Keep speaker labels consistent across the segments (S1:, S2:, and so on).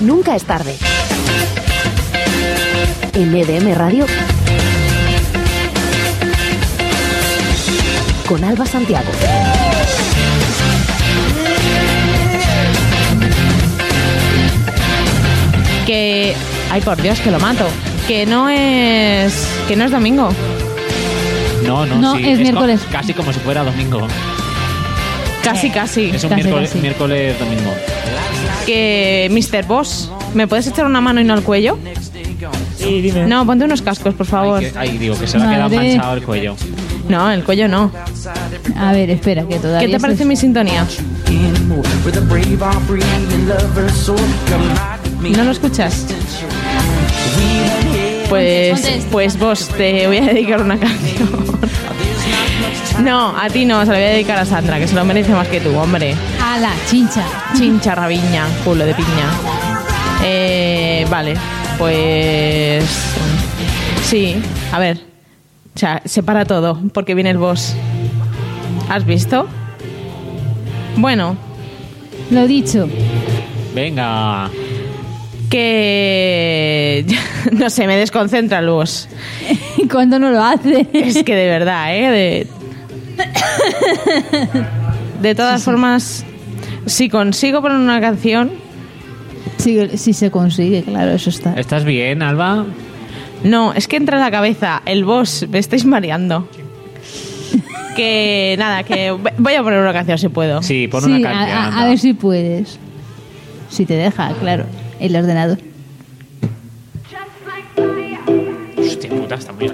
S1: Nunca es tarde. En EDM Radio. Con Alba Santiago.
S2: Que. Ay, por Dios, que lo mato. Que no es. Que no es domingo.
S3: No, no,
S4: No,
S3: sí,
S4: es
S3: co-
S4: miércoles.
S3: casi como si fuera domingo.
S2: Casi, casi.
S3: Eh, Es un
S4: Casi,
S3: miércoles,
S4: casi.
S3: miércoles domingo.
S2: Que. Mr. Boss, ¿me puedes echar una mano y no al cuello?
S5: Sí, dime.
S2: No, ponte unos cascos, por favor.
S3: Ay, que- ay, digo, que se le ha quedado
S4: Madre.
S3: manchado el cuello.
S2: No, el cuello no.
S4: A ver, espera, que todavía.
S2: ¿Qué te
S4: esto
S2: parece
S4: es-
S2: mi sintonía? ¿No lo escuchas? Pues,
S4: Ponte.
S2: pues vos, te voy a dedicar una canción. No, a ti no, se la voy a dedicar a Sandra, que se lo merece más que tú, hombre.
S4: A la chincha.
S2: Chincha, rabiña, culo de piña. Eh, vale, pues... Sí, a ver. O sea, se para todo, porque viene el boss. ¿Has visto? Bueno,
S4: Lo dicho.
S3: Venga.
S2: que... no sé, me desconcentra el boss.
S4: ¿Cuándo no lo hace?
S2: Es que de verdad, ¿eh? De, de todas formas, si consigo poner una canción,
S4: Sí, sí se consigue, claro, eso está.
S3: ¿Estás bien, Alba?
S2: No, es que entra en la cabeza el boss, me estáis mareando. Que nada, que v- voy a poner una canción si puedo.
S3: Sí, pon
S4: sí,
S3: una
S4: a-
S3: canción.
S4: a- a,
S3: anda.
S4: ver si puedes. Si te deja, claro. El ordenador.
S3: Hostia puta, está muy...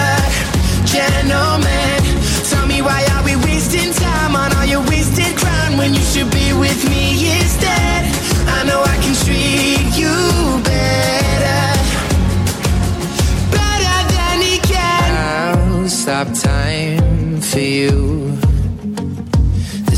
S6: a gentleman. Tell me why are we wasting time on all your wasted crime when you should be with me instead? I know I can treat you better better than he can. I'll stop time for you. The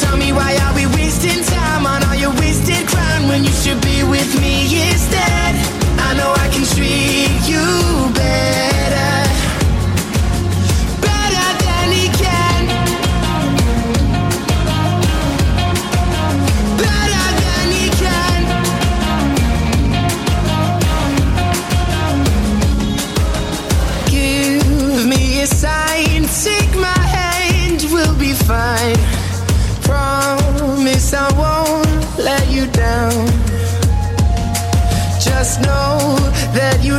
S6: Tell me why are we wasting time on all your wasted crime when you should be with me instead? I know I can treat you better, better than he can, better than he can. Give me a sign, take my hand, we'll be fine. Promise I won't let you down. Just know that you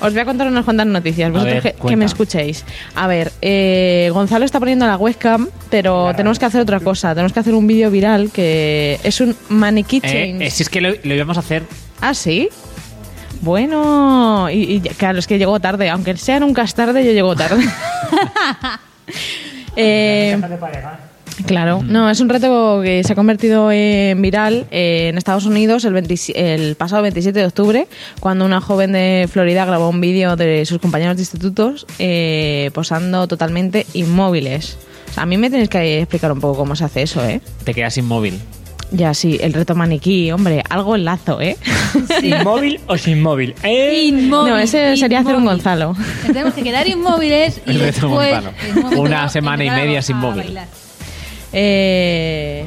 S2: Os voy a contar unas cuantas noticias, vosotros
S4: ver,
S2: que- que,
S4: cuenta.
S2: me escuchéis. A ver, eh, Gonzalo está poniendo la webcam, pero tenemos que hacer otra cosa. Tenemos que hacer un vídeo viral que es un maniquí
S4: Eh,
S2: change.
S4: eh, si es que lo, lo íbamos a hacer.
S2: ¿Ah, sí? Bueno, y, y ya- claro, es que llegó tarde. Aunque sea nunca es tarde, yo llego tarde. Eh, Claro,
S3: Mm.
S2: no, es un reto que se ha convertido en viral eh, en Estados Unidos el, 20 el pasado 27 de octubre, cuando una joven de Florida grabó un vídeo de sus compañeros de institutos eh, posando totalmente inmóviles. O sea, A mí me tenéis que explicar un poco cómo se hace eso, ¿eh?
S3: Te quedas inmóvil.
S2: Ya, sí, el reto maniquí, hombre, algo enlazo, ¿eh?
S7: ¿Inmóvil o sin móvil? ¿Eh?
S2: no, ese sería hacer un Gonzalo.
S4: Nos Tenemos que quedar inmóviles y
S3: El reto
S4: después,
S3: Gonzalo.
S4: en un momento
S3: Una
S4: dado,
S3: semana y
S4: empezar
S3: media
S4: a-
S3: sin
S4: a
S3: móvil.
S4: bailar.
S2: Eh,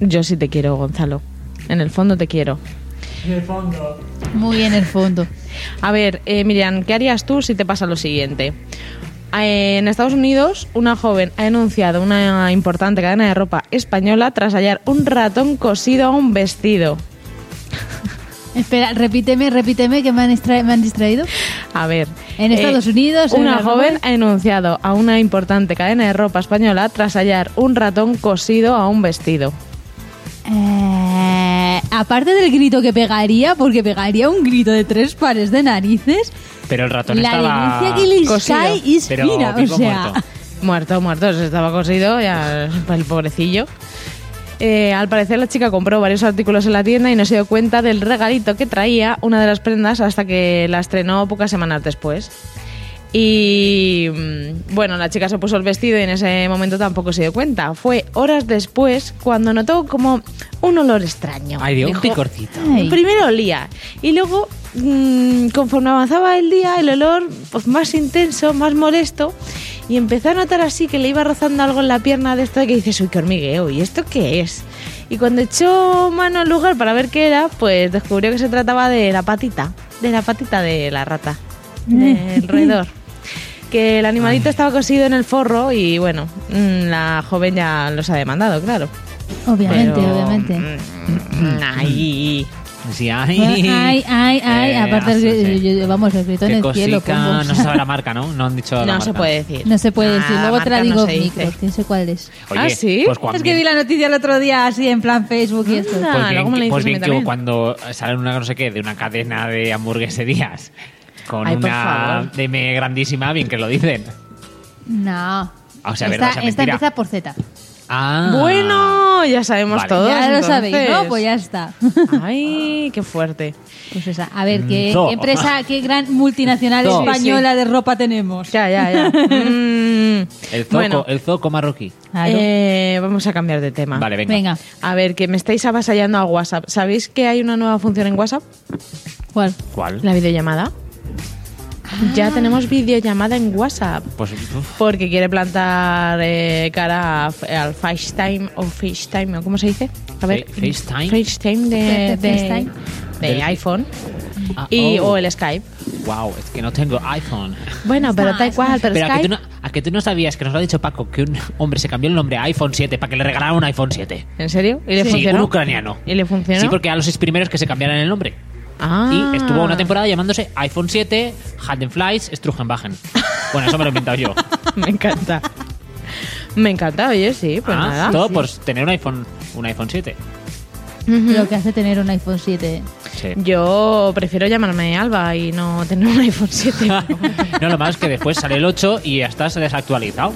S2: yo sí te quiero, Gonzalo. En el fondo te quiero.
S4: Muy en el fondo.
S2: A ver, eh, Miriam, ¿qué harías tú si te pasa lo siguiente? Eh, En Estados Unidos, una joven ha denunciado una importante cadena de ropa española tras hallar un ratón cosido a un vestido.
S4: Espera, repíteme, repíteme que me han, extra- me han distraído.
S2: A ver. eh,
S4: En Estados Unidos, en
S2: Una
S4: las
S2: joven
S4: redes.
S2: ha denunciado a una importante cadena de ropa española tras hallar un ratón cosido a un vestido.
S4: Eh, aparte del grito que pegaría, porque pegaría un grito de tres pares de narices,
S3: Pero el ratón
S4: la
S3: estaba.
S4: denuncia que les
S2: cosido,
S4: cae es
S3: pero
S4: fina, o
S3: vivo
S4: sea...
S3: muerto.
S2: Muerto, muerto, se estaba cosido, ya el pobrecillo. Eh, al parecer la chica compró varios artículos en la tienda y no se dio cuenta del regalito que traía una de las prendas hasta que la estrenó pocas semanas después. Y mm, bueno, la chica se puso el vestido y en ese momento tampoco se dio cuenta. Fue horas después cuando notó como un olor extraño.
S3: Ay, Dios, un
S2: Dijo,
S3: picorcito.
S4: Ay.
S2: Primero olía y luego, mm, conforme avanzaba el día, el olor pues, más intenso, más molesto. Y empezó a notar así que le iba rozando algo en la pierna de esto de que dices, uy, qué hormigueo, ¿y esto qué es? Y cuando echó mano al lugar para ver qué era, pues descubrió que se trataba de la patita, de la patita de la rata,
S3: Mm,
S2: del roedor. Que el
S4: Ah.
S2: animalito estaba cosido en el forro y bueno, mm, la joven ya los ha demandado, claro.
S4: Obviamente,
S2: Pero,
S4: obviamente.
S2: mm, ay.
S3: Sí, ay,
S4: Ay, ay, ay,
S3: Eh,
S4: aparte,
S3: no
S4: del
S3: sé.
S4: gri- yo- yo- vamos, el grito en
S3: Qué
S4: el cielo.
S3: cosica,
S4: pongo.
S3: no se sabe la marca, ¿no? No han dicho la
S2: No
S3: marca.
S2: se puede decir.
S4: No se puede decir,
S2: Ah,
S4: luego te la
S2: marca
S4: digo
S2: no se
S4: en micro,
S2: dice.
S4: que sé cuál es.
S3: Oye,
S2: ¿Ah, sí?
S3: Pues cuando
S4: es que vi la noticia el otro día así en plan Facebook y esto.
S2: Anda.
S3: Pues
S2: Ah,
S3: bien,
S2: luego me lo
S3: que- pues
S2: dices a mí
S3: bien que
S2: también.
S3: cuando salen una no sé qué de una cadena de hamburgueserías con
S2: Ay, por
S3: una
S2: favor.
S3: DM grandísima, bien que lo dicen.
S4: No.
S3: O sea, verdad,
S4: esta,
S3: esa mentira.
S4: esta empieza por Z.
S3: Ah.
S2: Bueno, ya sabemos
S3: Vale.
S2: todos.
S4: ya lo sabéis,
S2: entonces.
S4: ¿no? Pues ya está.
S2: Ay, qué fuerte.
S4: Pues esa. A ver, ¿qué,
S3: Zo.
S4: qué empresa, qué gran multinacional
S3: Zo.
S4: española de ropa tenemos?
S2: Ya, ya, ya. Mm.
S3: El zoco, eh,
S2: bueno,
S3: el zoco marroquí.
S4: Claro.
S2: eh, vamos a cambiar de tema.
S3: Vale, venga.
S4: Venga,
S2: A ver, que me estáis avasallando a WhatsApp. ¿Sabéis que hay una nueva función en WhatsApp?
S4: ¿cuál?
S3: ¿Cuál?
S2: La videollamada. Ya tenemos videollamada en WhatsApp.
S3: Pues uf,
S2: Porque quiere plantar eh, cara a- al FaceTime o FaceTime, ¿o ¿cómo se dice? A ver,
S3: Fa- FaceTime.
S2: FaceTime de,
S4: Fa-
S2: de-
S4: FaceTime.
S2: de
S3: Del-
S2: iPhone
S3: Ah,
S2: y,
S3: oh.
S2: o el Skype.
S3: wow, es que no tengo iPhone.
S2: Bueno,
S4: Ah,
S2: pero da igual, pero,
S3: Pero a que, tú
S2: Skype...
S3: no, a que tú no sabías que nos lo ha dicho Paco que un hombre se cambió el nombre a iPhone 7 para que le regalaran un iPhone 7.
S2: ¿En serio? ¿Y le
S3: Sí,
S2: funcionó?
S3: un ucraniano.
S2: ¿Y le funcionó?
S3: Sí, porque a los seis primeros que se cambiaran el nombre.
S2: Ah.
S3: Y estuvo una temporada llamándose iPhone 7, Handenflies, Strugenbagen. Bueno, eso me lo he inventado yo.
S2: Me encanta. Me encanta, oye, sí, pues
S3: Ah,
S2: nada.
S3: todo por tener un iPhone, un iPhone 7.
S4: Lo que hace tener un iPhone 7.
S3: Sí.
S2: Yo prefiero llamarme Alba y no tener un iPhone 7.
S3: no, lo malo es que después sale el 8 y ya estás desactualizado.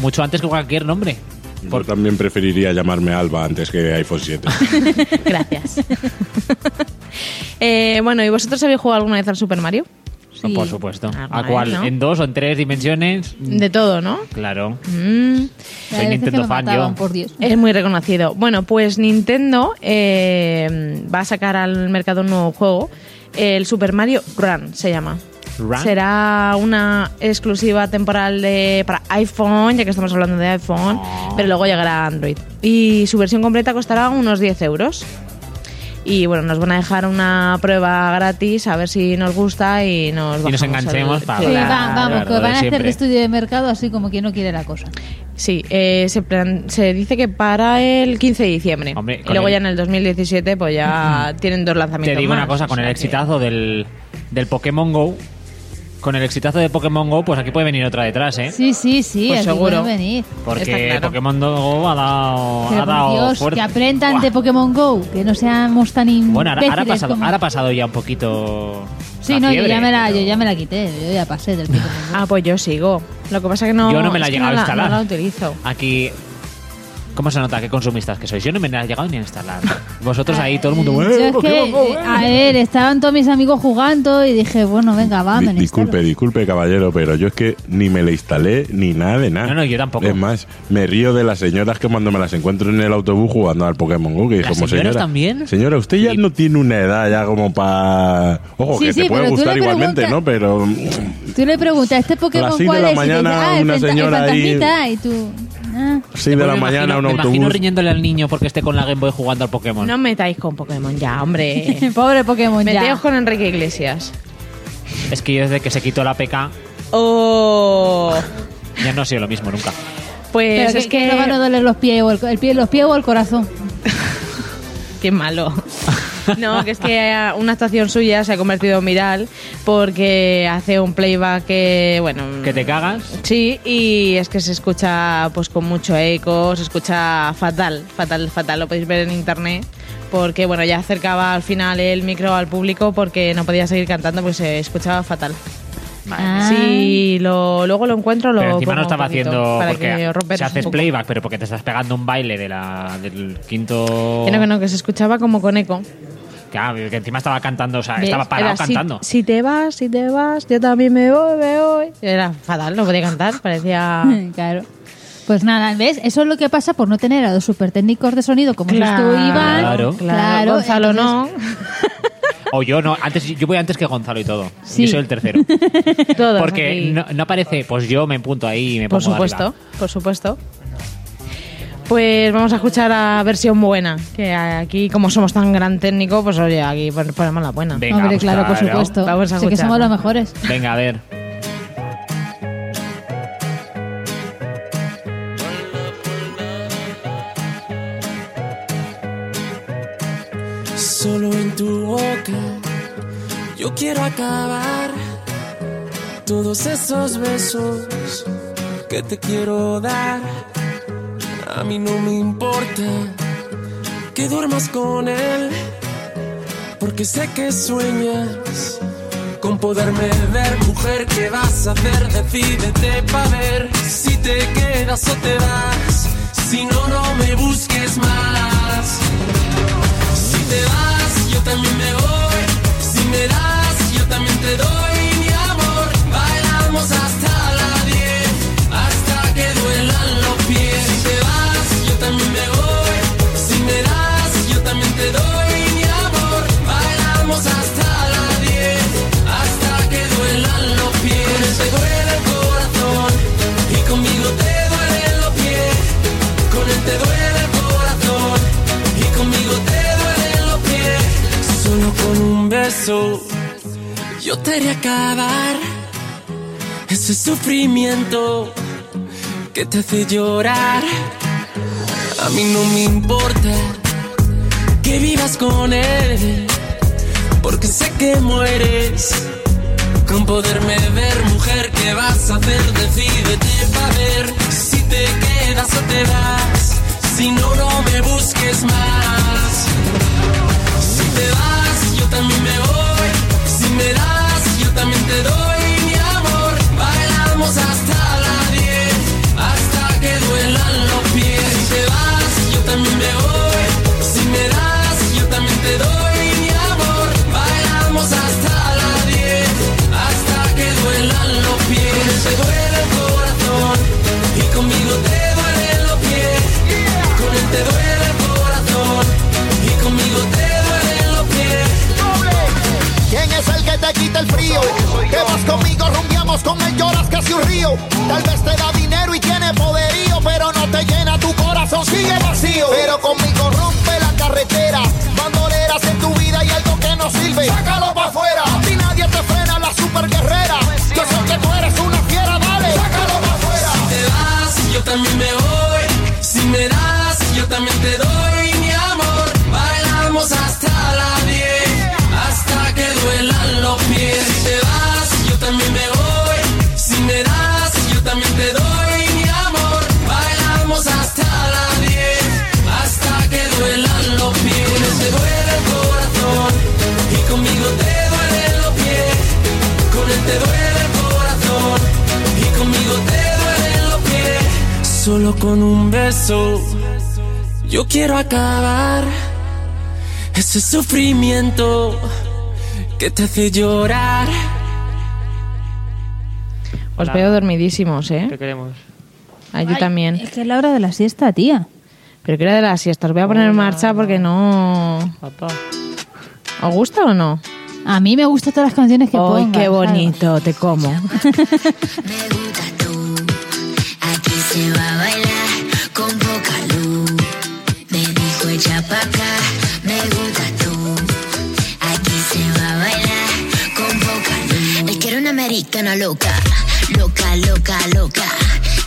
S3: Mucho antes que cualquier nombre.
S8: Yo también preferiría llamarme Alba antes que iPhone 7.
S4: Ah,
S2: Gracias. Eh, bueno, ¿y vosotros habéis jugado alguna vez al Super Mario?
S4: Sí.
S3: Por supuesto.
S2: Normal,
S3: ¿A cuál?
S2: ¿no?
S3: ¿En dos o en tres dimensiones?
S2: De todo, ¿no?
S3: Claro.
S2: Mm.
S4: La
S3: Soy
S4: verdad es que
S3: Nintendo
S4: me
S3: fan
S4: mataban,
S3: yo.
S4: por Dios.
S2: Es muy reconocido. Bueno, pues Nintendo eh, va a sacar al mercado un nuevo juego. El Super Mario Run se llama.
S3: Run.
S2: Será una exclusiva temporal de, para iPhone, ya que estamos hablando de iPhone,
S3: Ah.
S2: pero luego llegará a Android. Y su versión completa costará unos 10 euros. Y bueno, nos van a dejar una prueba gratis a ver si nos gusta y nos
S3: Y nos
S2: bajamos
S3: enganchemos
S2: el-
S3: para
S2: Sí,
S4: Sí,
S3: Claro,
S4: va- vamos, que
S3: lo de
S4: van a hacer
S3: siempre.
S4: de estudio de mercado así como quien no quiere la cosa.
S2: Sí, eh, se, plan- se dice que para el 15 de diciembre.
S3: Hombre,
S2: y
S3: con
S2: luego
S3: el-
S2: ya en el 2017 pues ya tienen dos lanzamientos
S3: Te digo una
S2: más,
S3: cosa,
S2: o
S3: con el
S2: sea que-
S3: exitazo del, del Pokémon Go, con el exitazo de Pokémon Go, pues aquí puede venir otra detrás, ¿eh?
S4: Sí, sí, sí,
S2: Pues
S4: aquí
S2: seguro.
S4: pueden venir.
S3: Porque
S2: Está claro.
S3: Pokémon Go ha dado,
S4: Pero
S3: ha
S4: por
S3: dado
S4: Dios,
S3: fuerte.
S4: que aprendan
S3: Buah.
S4: de Pokémon Go, que no seamos tan imbéciles.
S3: Bueno, ahora, ahora ha pasado,
S4: como-
S3: ahora ha pasado ya un poquito.
S4: Sí,
S3: la
S4: no,
S3: fiebre,
S4: yo, ya me la,
S3: pero-
S4: yo ya me la quité, yo ya pasé del Pokémon Go.
S2: Ah, pues yo sigo. Lo que pasa que no...
S3: Yo no me la he
S2: es que
S3: llegado a
S2: no
S3: instalar.
S2: No la utilizo.
S3: Aquí ¿Cómo se nota qué consumistas que sois? Yo no me he llegado ni a instalar. Vosotros ahí, todo el mundo...
S4: Yo
S3: "Eh,
S4: es que,
S3: Pokémon Go, eh".
S4: eh, a ver, estaban todos mis amigos jugando y dije, bueno, venga, va,
S8: Di-
S4: me lo
S8: disculpe,
S4: instalo.
S8: disculpe, caballero, pero yo es que ni me la instalé ni nada de nada.
S3: No, no, yo tampoco.
S8: Es más, me río de las señoras que cuando me las encuentro en el autobús jugando al Pokémon Go, que
S3: ¿Las
S8: como
S3: señoras
S8: señora.
S3: también?
S8: Señora, usted ya
S3: Sí.
S8: no tiene una edad ya como para. Ojo,
S4: Sí,
S8: que
S4: sí,
S8: te puede
S4: pero tú
S8: gustar
S4: le
S8: igualmente,
S4: preguntas-
S8: ¿no? Pero. mm,
S4: Tú le preguntas, ¿este Pokémon
S8: Las seis de
S4: cuál
S8: la
S4: es? Y te dice,
S8: mañana,
S4: ah, el
S8: una
S4: fanta- el
S8: señora ahí-
S4: fantasmita, y tú... ah.
S8: Seis de la
S3: Me imagino-
S8: mañana, un
S3: me imagino
S8: autobús.
S3: riñéndole al niño porque esté con la Game Boy jugando al Pokémon.
S2: No metáis con Pokémon ya, hombre.
S4: Pobre Pokémon ya.
S2: Meteos con Enrique Iglesias.
S3: Es que yo desde que se quitó la PK
S2: Oh,
S3: ya no ha sido lo mismo nunca.
S4: Pero
S2: pues
S4: que,
S2: es que,
S4: que le van a doler los pies o el, el pie, los pies o el corazón.
S2: Qué malo. No, que es que eh, una actuación suya se ha convertido en viral porque hace un playback que, bueno...
S3: Que te cagas.
S2: Sí, y es que se escucha pues con mucho eco, se escucha fatal, fatal, fatal, lo podéis ver en internet, porque bueno, ya acercaba al final el micro al público porque no podía seguir cantando porque se escuchaba fatal.
S4: Ah.
S2: Sí, lo, luego lo encuentro, lo
S3: pero encima no
S2: pongo
S3: estaba
S2: un poquito
S3: haciendo
S2: para que
S3: porque
S2: os romperos
S3: se haces
S2: un poco.
S3: playback, pero porque te estás pegando un baile de la, del quinto.
S2: Que no, que no, que se escuchaba como con eco.
S3: Claro, que encima estaba cantando, o sea,
S2: ¿Ves?
S3: Ah, estaba parado
S2: Era, si-
S3: cantando.
S2: Si, te vas, si te vas, yo también me voy, me voy. Era fatal, no podía cantar, parecía...
S4: Claro. Pues nada, ¿ves? Eso es lo que pasa por no tener a dos super técnicos de sonido como eres tú, Iván.
S3: Claro.
S2: Ah, claro. Gonzalo
S3: O yo no, antes yo voy antes que Gonzalo y todo.
S4: Sí.
S3: Yo soy el tercero.
S2: no. Todos
S3: porque
S2: aquí.
S3: no, no aparece, pues yo me punto ahí y me pongo
S2: Por supuesto,
S3: arriba.
S2: por supuesto. Pues vamos a escuchar la versión buena, que aquí como somos tan gran técnico, pues oye, aquí pon- ponemos la buena.
S3: Venga,
S4: Hombre,
S3: pues
S4: claro, por
S3: claro.
S4: supuesto.
S2: Vamos a
S4: Sí que
S2: escuchar,
S4: somos
S2: ¿no?
S4: los mejores.
S3: Venga, a ver.
S9: Solo en tu boca yo quiero acabar todos esos besos que te quiero dar. A mí no me importa que duermas con él, porque sé que sueñas con poderme ver. Mujer, ¿qué vas a hacer? Decídete pa' ver si te quedas o te vas. Si no, no me busques más. Si te vas, yo también me voy. Si me das, yo también te doy mi amor. Bailamos hasta la 10, hasta que duelan los pies. Si te vas, yo también me voy. Si me das, yo también te doy mi amor. Bailamos hasta la 10, hasta que duelan los pies. Con él Te duele el corazón y conmigo te duelen los pies. Con él te duele el corazón y conmigo te duelen los pies. Solo con un beso yo te haré acabar ese sufrimiento que te hace llorar. A mí no me importa que vivas con él, porque sé que mueres con poderme ver, mujer, ¿qué vas a hacer? Decídete para ver si te quedas o te vas. Si no, no me busques más. Si te vas, yo también me voy. Si me das, yo también te doy mi amor. Bailamos hasta la 10, hasta que duelan los pies. Si te vas, yo también me voy. Si me das, yo también te doy mi amor. Bailamos hasta la 10, hasta que duelan los pies. Te duele el corazón y conmigo te duelen los pies. Con él te duele el corazón y conmigo te duelen los pies.
S10: ¿Quién es el que te quita el frío? Te vas conmigo, rumbiamos con él, lloras casi un río. Tal vez te da dinero y tiene poderío, pero no te llena tu corazón, sigue vacío. Pero conmigo rompe la carretera, bandoleras en tu vida y algo que no sirve. Sácalo para afuera, a ti nadie te frena, la super guerrera. Yo sé que tú eres una fiera, dale, sácalo para afuera.
S9: te vas, yo también me voy. Si me das, yo también te doy mi amor. Bailamos hasta la 10, hasta que duelan los pies. Si te vas, yo también me voy. Si me das, yo también te doy mi amor. Bailamos hasta la 10, hasta que duelan los pies. Con él te duele el corazón y conmigo te duelen los pies. Con él te duele el corazón y conmigo te duelen los pies. Solo con un beso
S11: Yo quiero acabar ese sufrimiento que te hace llorar.
S2: Os
S11: Hola.
S2: veo dormidísimos, ¿eh?
S11: Te queremos.
S2: Ah, yo también.
S4: Es que es la hora de la siesta, tía.
S2: Pero que era de la siesta. Os voy a poner en marcha porque no... ¿Os gusta o no?
S4: A mí me gustan todas las canciones que
S2: Ay,
S4: pongas,
S2: qué
S4: claro.
S2: bonito, te como.
S12: Aquí se va a bailar con poca luz. Me dijo echa pa' acá, me gusta tú. Aquí se va a bailar con poca luz. Él quiere una americana loca, loca, loca, loca.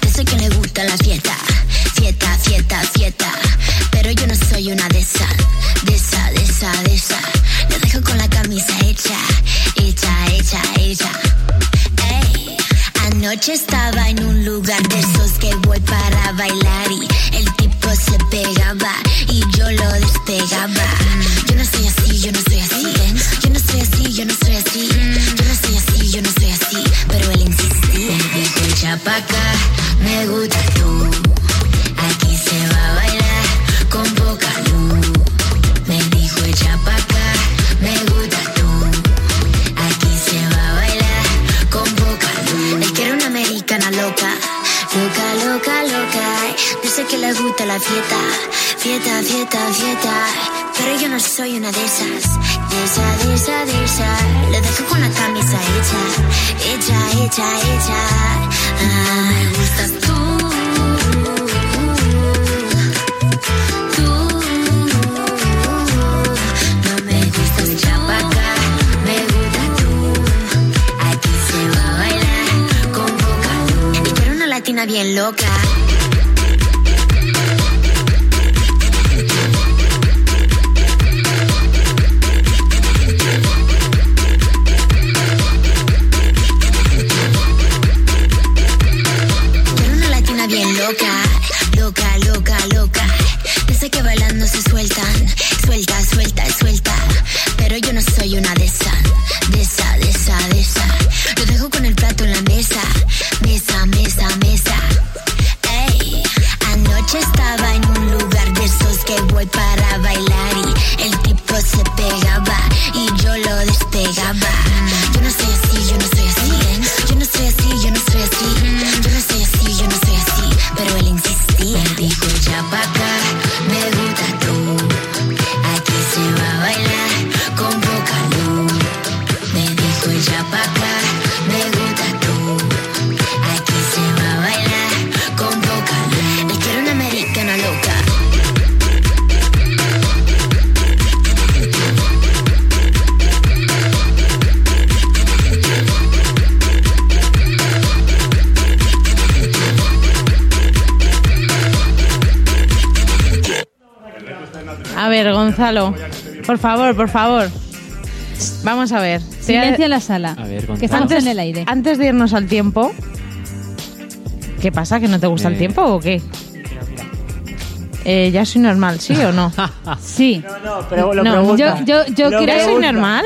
S12: De sé que le gusta la fiesta, fiesta, fiesta, fiesta. Pero yo no soy una de esas, de esa, de esa, de esa. Le dejo con la camisa hecha, hecha, hecha, hecha. Ey. Anoche estaba en un lugar de esos que voy para bailar y el tipo se pegaba y yo lo despegaba. Yo no soy así, yo no soy así. ¿eh? Yo no soy así, yo no soy así. Yo no soy así, yo no soy así. Pero él insistía. Me dijo echa pa' acá, me gusta tú. Aquí se va a bailar con poca luz. Me dijo echa pa' acá, me gusta tú. Aquí se va a bailar con poca luz. Él quiere una americana loca, loca, loca, loca. Dice que le gusta la fiesta, fiesta, fiesta, fiesta. Pero yo no soy una de esas, de esa, de esa, de esa. Le dejo con la camisa hecha, hecha, hecha, hecha. Ah, me gustas tú. Tú. No me gustas chapaca, me gusta tú. Aquí se va a bailar con poca luz. Y quiero una latina bien loca. Quiero una latina bien loca, loca, loca, loca. Dice que bailando se sueltan, suelta, suelta, suelta. Pero yo no soy una de esas, de esa, de esa, de esa. Lo dejo con el plato en la mesa, mesa, mesa, mesa. Ey, anoche estaba en un lugar de esos que voy para bailar y el tipo se pegaba y yo lo despegaba. Yo no soy así, yo no soy así, ¿eh? yo no soy así, yo no soy así, yo no soy así, yo no soy así, pero él insistía. Me dijo ya pa' acá, me gusta tú, aquí se va a bailar con poca luz. Me dijo ya pa' acá, me gusta tú. Aquí se va a bailar con poca luz. Él quiere una americana loca.
S2: A ver, Gonzalo, por favor, por favor. Vamos a ver. Te ha-
S4: Silencio en la sala.
S2: A
S3: ver,
S4: que estamos en el aire.
S2: Antes de irnos al tiempo. ¿Qué pasa? ¿Que no te gusta el
S4: Eh.
S2: tiempo o qué? Eh, ya soy normal, ¿sí o no?
S4: sí.
S7: No, no, pero lo
S2: No,
S7: pregunta.
S4: yo- yo- yo
S2: ¿Ya
S4: creo-
S2: soy normal?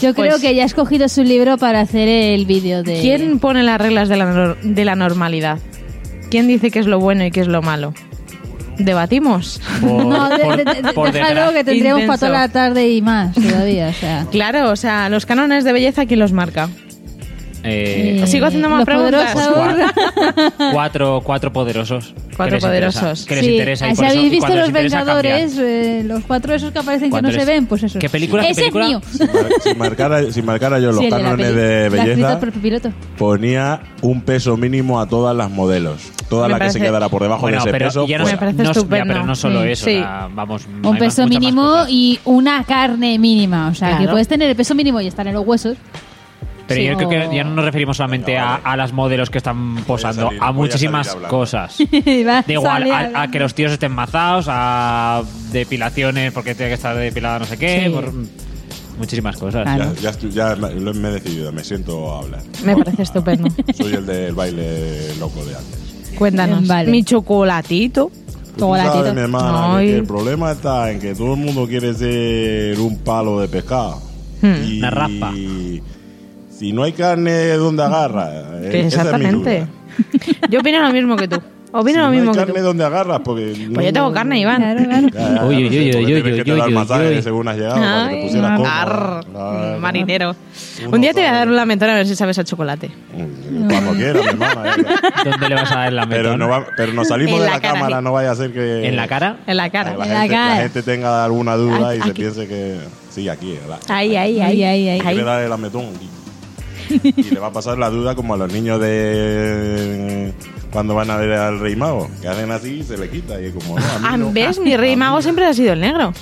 S4: Yo creo
S2: Pues-
S4: que ya ha escogido su libro para hacer el vídeo de.
S2: ¿Quién pone las reglas de la, nor- de la normalidad? ¿Quién dice qué es lo bueno y qué es lo malo? ¿Debatimos?
S3: Por-
S4: No, de- de- de- déjalo que tendría un
S2: Intenso.
S4: fato la tarde y más todavía. O sea.
S2: Claro, o sea, los cánones de belleza, ¿quién los marca?
S3: Eh,
S4: Eh,
S2: Sigo haciendo más
S4: los
S2: preguntas.
S4: poderosos ahora.
S3: Cuatro, cuatro poderosos.
S2: Cuatro
S3: que les interesa,
S2: poderosos.
S3: que les
S2: Sí,
S3: interesa. y
S4: Si
S3: por eso-
S4: habéis
S3: y
S4: visto
S3: cuando les
S4: Los
S3: interesa, cambian.
S4: Vengadores, eh, los cuatro esos que aparecen que
S3: Cuando
S4: no se
S3: les-
S4: ven, pues esos.
S3: ¿Qué película, qué
S4: Ese
S3: película?
S4: es mío.
S8: Si, mar- si marcara, si marcara yo los
S4: Sí, el de la
S8: cánones
S4: peli-
S8: de
S4: la escrita
S8: belleza,
S4: por Pipiloto.
S3: Mm,
S8: ponía un peso mínimo a todas las modelos. Toda
S3: Me
S8: la que se
S3: parece-
S8: quedara por debajo
S3: Bueno,
S8: de ese
S3: pero
S8: peso. pues,
S3: ya no-
S8: fuera.
S2: parece
S3: no- ya,
S2: estupendo.
S3: pero no solo
S2: Sí.
S3: eso,
S2: Sí.
S3: la- vamos. hay
S4: Un
S3: más-
S4: peso
S3: muchas más
S4: mínimo
S3: cosas.
S4: y una carne mínima. O sea, que
S3: Claro.
S4: puedes tener el peso mínimo y estar en los huesos.
S3: Pero
S4: Sí.
S3: yo creo
S4: O-
S3: que ya no nos referimos solamente a, a las modelos que están posando,
S8: salir-
S3: a
S8: voy a
S3: muchísimas
S8: salir hablando.
S3: cosas.
S4: Va a
S3: Da igual,
S4: salir
S3: a, a
S4: hablando.
S3: que los tíos estén mazados, a depilaciones porque tiene que estar depilada no sé qué,
S4: Sí.
S3: por muchísimas cosas.
S8: Ya, ya estoy- ya me lo- me he decidido, me siento a hablar.
S2: Me parece estupendo.
S8: Soy el del baile loco de antes.
S2: Cuéntanos.
S4: Vale.
S2: Mi chocolatito.
S8: Tú sabes, mi hermana, que
S2: Ay.
S8: el problema está en que todo el mundo quiere ser un palo de pescado.
S2: Hmm.
S8: Y
S3: Una raspa.
S8: Si no hay carne, ¿dónde agarra? Eh,
S2: Que
S8: esa es mi
S2: exactamente.
S8: duda.
S2: Yo opino lo mismo que tú. Opino lo
S8: no
S2: mismo
S8: hay
S2: que
S8: carne donde agarras, porque.
S2: Pues yo tengo carne, Iván.
S8: Ya,
S3: Uy, uy,
S8: sí,
S3: uy,
S8: eh, porque
S3: uy,
S8: tienes
S3: uy,
S8: que
S3: uy,
S8: te dar
S3: uy,
S8: masaje
S3: uy.
S8: según has llegado, para que te
S2: Ay,
S8: pusieras cómoda.
S2: arr,
S8: Claro.
S2: marinero. Un día te voy a dar un lamentón a ver si sabes a chocolate.
S8: Cuando
S2: Mm,
S8: quieras, mi hermana.
S3: ¿Dónde le vas a dar la
S8: Pero, no va- pero nos salimos
S2: En
S8: de
S2: la
S8: la,
S2: cara,
S8: cámara,
S2: sí.
S8: no vaya a ser que.
S3: ¿En la cara?
S2: En la cara.
S8: La, gente, la gente tenga alguna duda y se piense que. Sí, aquí, ¿verdad?
S2: Ahí, ahí,
S4: Ahí,
S2: ahí.
S4: ahí, ahí.
S8: Quiere dar el ametón. Y le va a pasar la duda como a los niños de. Cuando van a ver al Rey Mago. Que hacen así y se le quita. Y es como. No, a mí
S2: Ah,
S8: no.
S2: ¿Ves? Mi rey mago siempre ha sido el negro.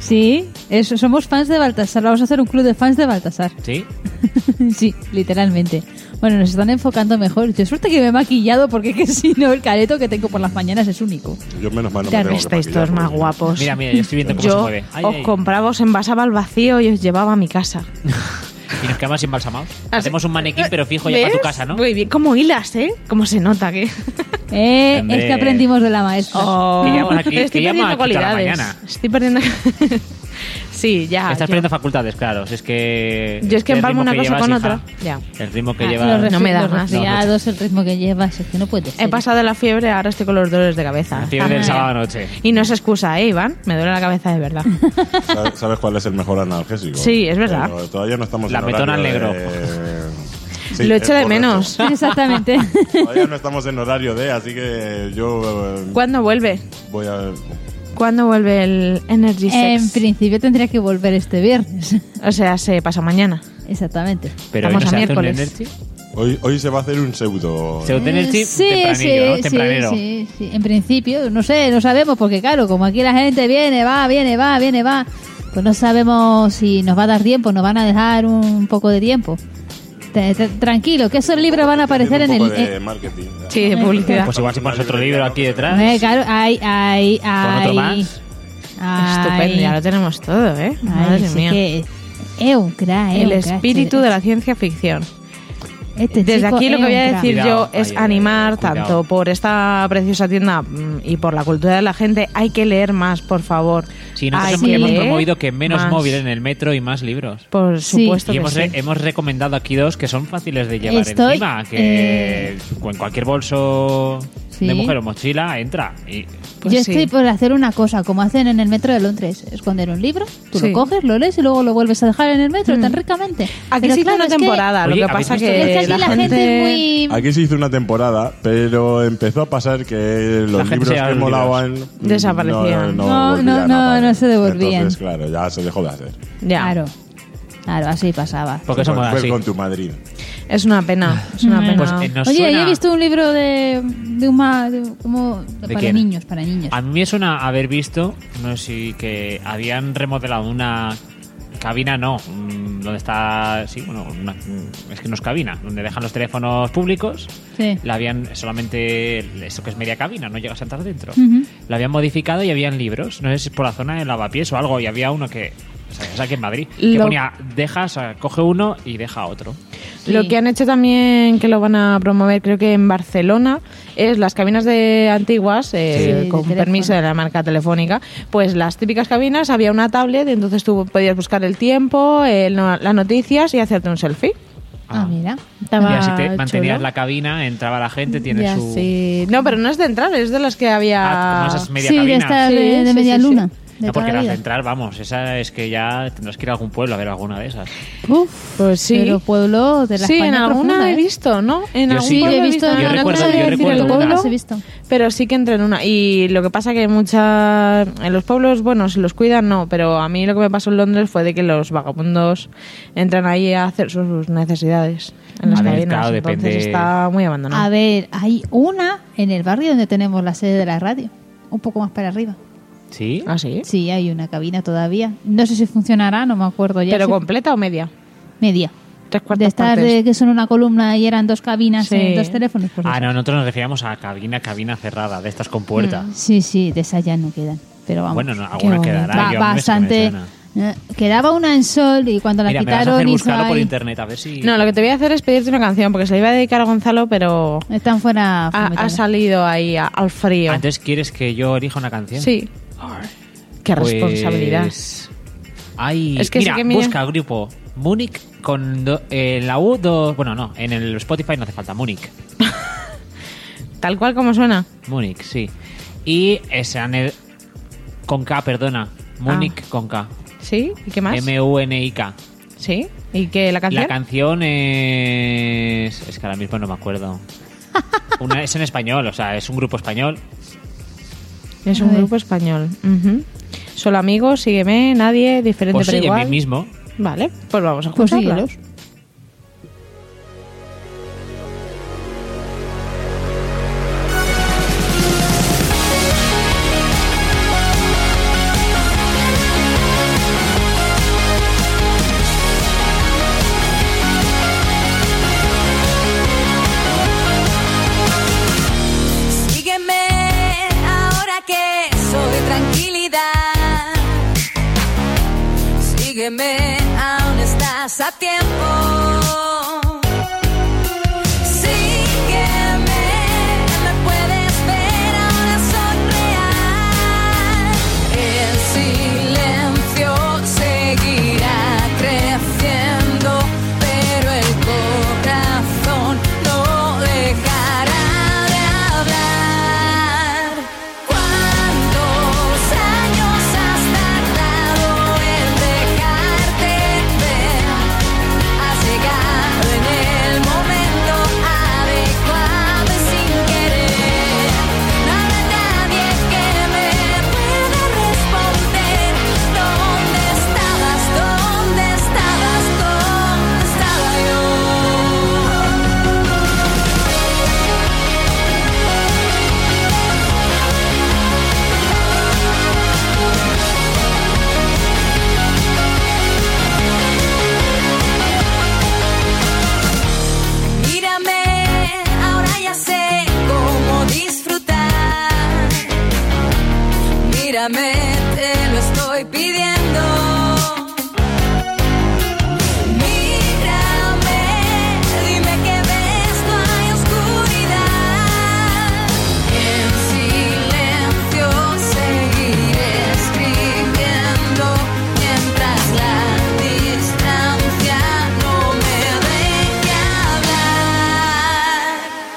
S4: Sí, eso, somos fans de Baltasar. Vamos a hacer un club de fans de Baltasar.
S3: ¿Sí?
S4: sí, literalmente. Bueno, nos están enfocando mejor. Yo suerte que me he maquillado porque que si no el careto que tengo por las mañanas es único.
S8: Yo menos mal no me
S2: Ya
S8: tengo pues que
S2: estáis
S8: maquillar,
S2: todos más
S8: porque-
S2: guapos.
S3: Mira, mira, yo estoy viendo cómo se
S2: Yo
S3: mueve. Ay,
S2: os
S3: ay.
S2: compraba, os envasaba al vacío y os llevaba a mi casa.
S3: Y nos quedamos embalsamados. Hacemos un manequín, pero fijo ya
S2: Ah, ¿Ves?
S3: para tu casa, ¿no?
S2: Muy bien. Como hilas, ¿eh? Como se nota que...
S4: Eh,
S3: Hombre.
S4: es que aprendimos de la maestra.
S2: Oh,
S3: Queríamos aquí-
S2: estoy
S3: queríamos
S2: perdiendo
S3: aquí toda la
S2: cualidades.
S3: mañana.
S2: Estoy perdiendo... sí, ya.
S3: Estás
S2: Ah, yo-
S3: perdiendo facultades, claro. Si es que.
S2: Yo es que
S3: el ritmo
S2: empalmo una
S3: que
S2: cosa
S3: llevas,
S2: con
S3: hija,
S2: otra. Ya.
S3: El ritmo que
S2: Ah,
S3: llevas.
S4: Los
S2: No me
S4: resfri-
S2: da
S4: los
S2: más.
S4: resfriados, el ritmo que llevas, es que no puedes.
S2: He pasado la fiebre, ahora estoy con los dolores de cabeza. Ah,
S3: El fiebre del sábado noche.
S2: Y no es excusa, ¿eh, Iván? Me duele la cabeza de verdad.
S8: ¿Sabes- ¿Sabes cuál es el mejor analgésico?
S2: Sí, es verdad.
S8: Pero todavía no estamos
S3: La
S8: en
S3: metona
S8: horario
S3: negro.
S8: de- Sí,
S2: Lo
S8: es
S2: echo de
S8: correcto.
S2: menos.
S4: Exactamente.
S8: Todavía no estamos en horario de, así que yo eh,
S2: ¿Cuándo vuelve?
S8: voy a...
S2: ¿Cuándo vuelve el Energy
S4: en
S2: Sex?
S4: principio tendría que volver este viernes.
S2: o sea, se pasa mañana.
S4: Exactamente.
S3: Pero hoy
S2: Vamos
S3: no
S2: a
S3: se hace un
S2: miércoles.
S3: energy.
S8: Hoy, hoy se va a hacer un pseudo...
S3: Se obtiene el
S4: Eh,
S3: chip tempranillo, ¿no? Tempranero.
S4: sí, sí. En principio, no sé, no sabemos, porque claro, como aquí la gente viene, va, viene, va, viene, va, pues no sabemos si nos va a dar tiempo, nos van a dejar un poco de tiempo. Te- te- tranquilo, que esos libros van a aparecer en
S8: Tiene un
S4: el...
S8: poco de
S4: eh,
S8: marketing.
S2: Sí, de publicidad.
S3: Pues igual si pones otro libro aquí detrás.
S4: eh, claro, ay, ay,
S3: Con
S4: ay.
S3: otro más.
S4: ay,
S2: Estupendo, ya lo tenemos todo, ¿eh?
S4: ay,
S2: Madre
S4: sí
S2: mía.
S4: que- es un crack, es
S2: El
S4: un crack,
S2: espíritu
S4: este-
S2: de la ciencia ficción.
S4: este
S2: Desde
S4: chico
S2: aquí
S4: es
S2: lo que voy
S4: un
S2: a
S4: crack.
S2: decir
S3: Cuidado,
S2: yo es
S3: ahí,
S2: animar
S3: eh, cuidado.
S2: tanto por esta preciosa tienda mm, y por la cultura de la gente. Hay que leer más, por favor.
S3: Sí, nosotros
S2: Hay
S3: hemos,
S2: que
S3: hemos
S2: leer
S3: promovido que menos
S2: más.
S3: móvil en el metro y más libros.
S2: Por
S4: Sí.
S2: supuesto
S3: Y
S2: que
S3: hemos,
S2: sí.
S3: re- hemos recomendado aquí dos que son fáciles de llevar
S4: Estoy,
S3: encima, que en cualquier bolso
S4: Sí.
S3: de mujer o mochila entra. Y
S2: Pues
S4: Yo
S2: sí.
S4: estoy por hacer una cosa, como hacen en el metro de Londres, esconder un libro, tú
S2: Sí.
S4: lo coges, lo lees y luego lo vuelves a dejar en el metro
S2: Mm.
S4: tan ricamente.
S2: Aquí
S4: Pero
S2: se hizo
S4: claro,
S2: una
S4: es que-
S2: temporada,
S3: Oye,
S2: lo que
S3: ¿habéis
S2: pasa
S3: visto
S2: que,
S4: es que aquí la, gente, es muy...
S8: Aquí se hizo una temporada, pero empezó a pasar que
S3: La
S8: los
S3: gente
S8: libros
S3: se llevaba
S8: que
S3: los
S8: molaban... mm,
S2: Desaparecían.
S4: No, no,
S8: volvían a
S4: no,
S8: aparecer.
S4: no se devolvían.
S8: Entonces, claro, ya se dejó de hacer.
S2: Ya,
S4: Claro, claro, así pasaba.
S3: porque somos
S8: Fue- fue
S3: así.
S8: con tu Madrid.
S2: es una pena, es una
S3: Pues,
S2: pena.
S3: eh, nos
S4: Mm. Oye,
S3: suena-
S4: yo he visto un libro de, de un ma- de- como para
S3: quién? Ah,
S4: niños, para niños.
S3: A mí me suena haber visto, no sé si que habían remodelado una cabina, no, mm, donde está, sí, bueno, una- mm, es que no es cabina, donde dejan los teléfonos públicos.
S4: Sí.
S3: La habían solamente, eso que es media cabina, no llegas a entrar dentro.
S4: Ujú.
S3: La habían modificado y habían libros, no sé si es por la zona de lavapiés o algo, y había uno que, o sea, es aquí en Madrid, que
S2: Lo-
S3: ponía, deja, o sea, coge uno y deja otro.
S2: Lo que han hecho también, que lo van a promover, creo que en Barcelona, es las cabinas de antiguas, eh,
S4: Sí. Sí, de
S2: con
S4: teléfono.
S2: permiso de la marca telefónica, pues las típicas cabinas había una tablet, entonces tú podías buscar el tiempo, eh, no- las noticias y hacerte un selfie.
S4: Ah, mira.
S3: y
S2: Estaba
S3: así te mantenías
S2: chulo.
S3: la cabina, entraba la gente, tiene
S2: Ya,
S3: su...
S2: sí. No, pero no es de entrar, es de las que
S3: Ah,
S2: había...
S3: como esas media
S4: sí, de
S3: cabinas.
S4: esta
S2: Sí,
S4: de, de
S2: sí,
S4: media
S2: sí, sí.
S4: luna. de
S3: No,
S4: toda
S3: porque
S4: la
S3: la
S4: vida.
S3: central, vamos, esa es que ya tendrás que ir a algún pueblo a ver alguna de esas.
S4: Uf,
S2: Pues sí.
S4: pero pueblo de la
S2: sí, en
S4: España
S2: alguna
S4: profunda,
S2: he
S4: ¿eh?
S2: visto, ¿no? En
S3: Yo
S2: algún
S3: sí.
S2: pueblo
S4: Yo he visto-
S2: en
S3: yo
S2: alguna,
S3: recuerdo-
S2: no te
S3: yo
S2: voy a decir
S3: recuerdo
S2: el
S3: una.
S2: pueblo,
S4: Las he visto.
S2: Pero sí que entré en una. Y lo que pasa que muchas... En los pueblos, bueno, si los cuidan, no. Pero a mí lo que me pasó en Londres fue de que los vagabundos entran ahí a hacer sus necesidades en las
S3: A ver,
S2: cabinas.
S3: claro,
S2: entonces
S3: depende-
S2: está muy abandonado.
S4: A ver, hay una en el barrio donde tenemos la sede de la radio, un poco más para arriba.
S3: ¿Sí?
S2: ¿Ah, sí?
S4: Sí, hay una cabina todavía. No sé si funcionará, no me acuerdo ya.
S2: ¿Pero
S4: Sí,
S2: completa o media?
S4: media.
S2: Tres
S4: De
S2: cuartas
S4: estar
S2: partes.
S4: de que son una columna y eran dos cabinas
S2: Sí.
S4: en dos teléfonos. pues
S3: Ah,
S4: eso.
S3: no, nosotros nos referíamos a cabina, cabina cerrada, de estas con puerta.
S4: Mm. Sí, sí, de esas ya no quedan. Pero vamos.
S3: Bueno, no,
S4: qué
S3: alguna
S4: bonito.
S3: quedará,
S4: Va-
S3: yo a mí me
S4: bastante.
S3: suena.
S4: Eh, Quedaba una en sol y cuando la
S3: Mira, me vas a
S4: quitaron
S3: hacer
S4: hizo
S3: buscarlo por
S4: ahí-
S3: internet, a ver si...
S2: No, lo que te voy a hacer es pedirte una canción, porque se la iba a dedicar a Gonzalo, pero
S4: Están fuera.
S2: ha, ha
S4: fumetadas.
S2: salido ahí a- al frío.
S3: Antes quieres que yo elija una canción.
S2: Sí. Qué
S3: Pues-
S2: responsabilidad.
S3: Ay,
S2: Es que
S3: Pues, mira,
S2: sí que mira-
S3: busca grupo Múnich eh, con do- en la U2... Bueno, no, en el Spotify no hace falta, Múnich.
S2: tal cual como suena.
S3: Múnich, sí. Y es ane- con K, perdona. Múnich con K.
S2: ¿Sí? ¿Y qué Ah. más?
S3: M-U-N-I-K.
S2: ¿Sí? ¿Y qué la canción?
S3: La canción es. Es que ahora mismo no me acuerdo. Una, es en español, o sea, es un grupo español.
S2: es un grupo español. Ujú. Solo amigos, sígueme, nadie, diferente
S3: Pues
S2: pero
S3: sigue
S2: igual.
S3: mismo.
S2: Vale, pues vamos a
S13: Pues
S2: escucharla.
S13: síguelos.
S14: Sígueme ahora que soy tranquilidad. Sígueme, aún estás a tiempo. Sígueme, me puedes ver, ahora soy real. El silencio seguirá creciendo, pero el corazón no dejará de hablar. ¿Cuántos años has tardado en dejarte ver? Has llegado en el momento adecuado y sin querer. No habrá nadie que me pueda responder. ¿Dónde estabas? ¿Dónde estabas? ¿Dónde estaba yo? Mírame, ahora ya sé cómo disfrutar. Mírame, te lo estoy pidiendo. Mírame, dime que ves, no hay oscuridad. En silencio seguiré escribiendo mientras la distancia no me deje hablar.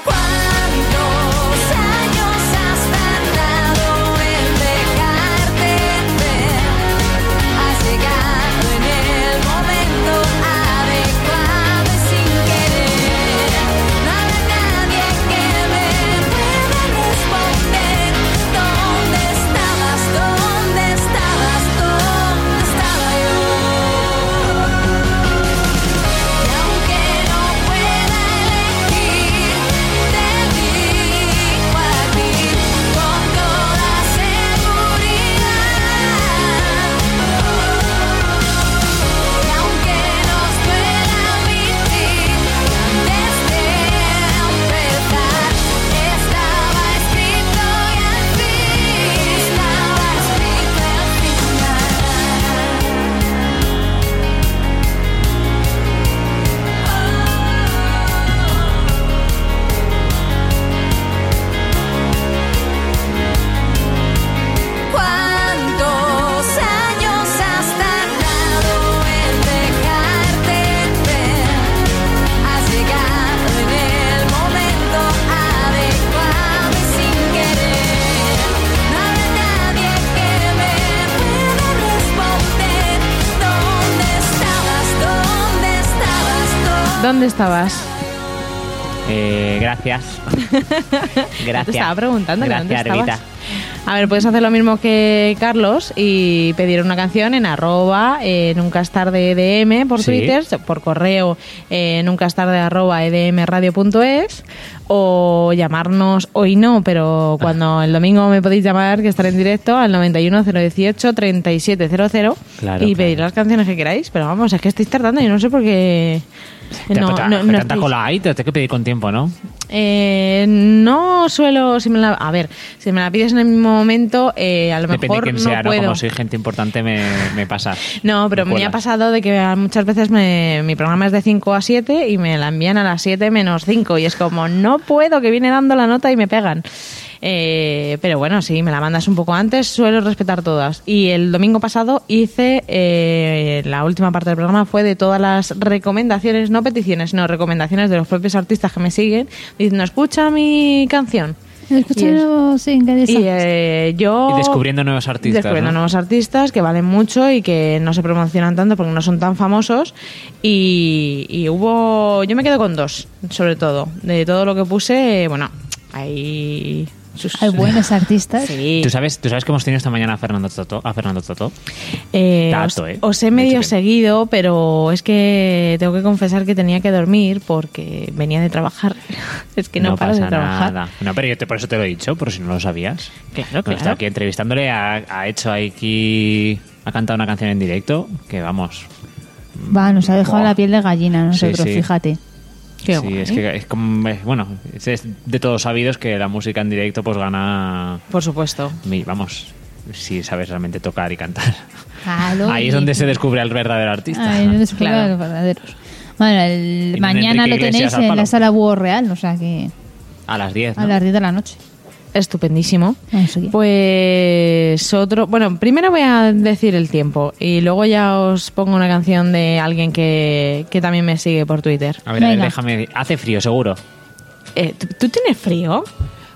S14: ¿Cuántos años has tardado en dejarte ver? Has llegado en el momento adecuado y sin querer. No habrá nadie que me pueda responder. ¿Dónde estabas? ¿Dónde estabas? ¿Dónde estaba yo? Y aunque no pueda elegir, te digo a ti con toda seguridad. Y aunque nos duela admitir, desde empezar estaba escrito y al fin estaba escrito al final. ¿Cuántos años has tardado en dejarte ver? Has llegado en el momento adecuado y sin querer. No habrá nadie que me pueda responder. ¿Dónde estabas?
S2: ¿Dónde
S14: ¿Dónde estabas? ¿Dónde
S2: estabas?
S3: Eh, gracias. gracias.
S2: Te estaba preguntando que
S3: gracias,
S2: dónde
S3: Rita.
S2: estabas. A ver, puedes hacer lo mismo que Carlos y pedir una canción en arroba eh, nunca es tarde EDM por
S3: Sí.
S2: Twitter, por correo eh, nunca es tarde arroba E edmradio.es o llamarnos hoy no, pero
S3: Ah.
S2: cuando el domingo me podéis llamar que estaré en directo al 91018 3700
S3: Claro,
S2: y pedir las canciones que queráis, pero vamos, es que estáis tardando y no sé por qué...
S3: Te-
S2: No,
S3: te- te
S2: no, no
S3: pues, ah, tanta
S2: estáis-
S3: cola ahí, te lo tengo que pedir con tiempo, ¿no?
S2: eh, no suelo, si me la, a ver, si me la pides en el mismo momento, eh, a lo
S3: Depende de
S2: mejor
S3: quién
S2: no
S3: sea, ¿no?
S2: puedo.
S3: Como soy gente importante, me, me pasa.
S2: No, pero
S3: Me
S2: me ha
S3: cuelas.
S2: pasado de que muchas veces me- mi programa es de 5 a 7 y me la envían a las 7 menos 5 y es como, no puedo, que viene dando la nota y me pegan. Eh, pero bueno, sí, me la mandas un poco antes, suelo respetar todas. Y el domingo pasado hice, eh, la última parte del programa fue de todas las recomendaciones, no peticiones, no recomendaciones de los propios artistas que me siguen, diciendo, escucha mi canción.
S4: Escucha
S2: Y
S4: el
S2: es-
S4: nuevo single de
S2: y
S4: Sam.
S2: eh, yo...
S3: Y descubriendo nuevos artistas,
S2: Descubriendo
S3: ¿no?
S2: nuevos artistas que valen mucho y que no se promocionan tanto porque no son tan famosos. Y, y hubo... Yo me quedo con dos, sobre todo. De todo lo que puse, eh, bueno, hay... sus-
S4: Hay buenos artistas.
S2: Sí.
S3: ¿Tú sabes, ¿Tú sabes que hemos tenido esta mañana a Fernando Toto? A Fernando Toto?
S2: Eh,
S3: Dato,
S2: os,
S3: eh.
S2: os he medio seguido, pero es que tengo que confesar que tenía que dormir porque venía de trabajar. es que no, paras de trabajar.
S3: nada. No, pero yo te, por eso te lo he dicho, por si no lo sabías.
S2: Claro,
S3: Bueno, Está
S2: claro.
S3: aquí entrevistándole, ha, ha hecho aquí... Ha cantado una canción en dirececto que vamos...
S4: Va, nos ha dejado
S3: Buah.
S4: la piel de gallina a
S3: Sí,
S4: nosotros,
S3: sí.
S4: fíjate.
S3: sí, es que es como- es- bueno, es- es de todos sabidos que la música en directo pues gana...
S2: Por supuesto.
S3: mi- Vamos, si sabes realmente tocar y cantar.
S4: Claro.
S3: Ahí es donde se descubre al verdadero artista.
S4: Ahí es donde se
S2: Claro.
S4: juegan los verdaderos. Bueno, el
S3: un
S4: mañana
S3: Enrique
S4: lo
S3: Iglesias
S4: tenéis
S3: al
S4: en
S3: palo.
S4: la sala Búho Real, o sea que
S3: A las 10,
S4: a
S3: ¿no?
S4: las 10 de la noche.
S2: Estupendísimo.
S4: Eso ya.
S2: Pues otro. Bueno, primero voy a decir el tiempo y luego ya os pongo una canción de alguien que, que también me sigue por Twitter.
S3: A ver, a ver,
S2: Venga.
S3: déjame... Hace frío, seguro.
S2: Eh, ¿tú, tú tienes frío?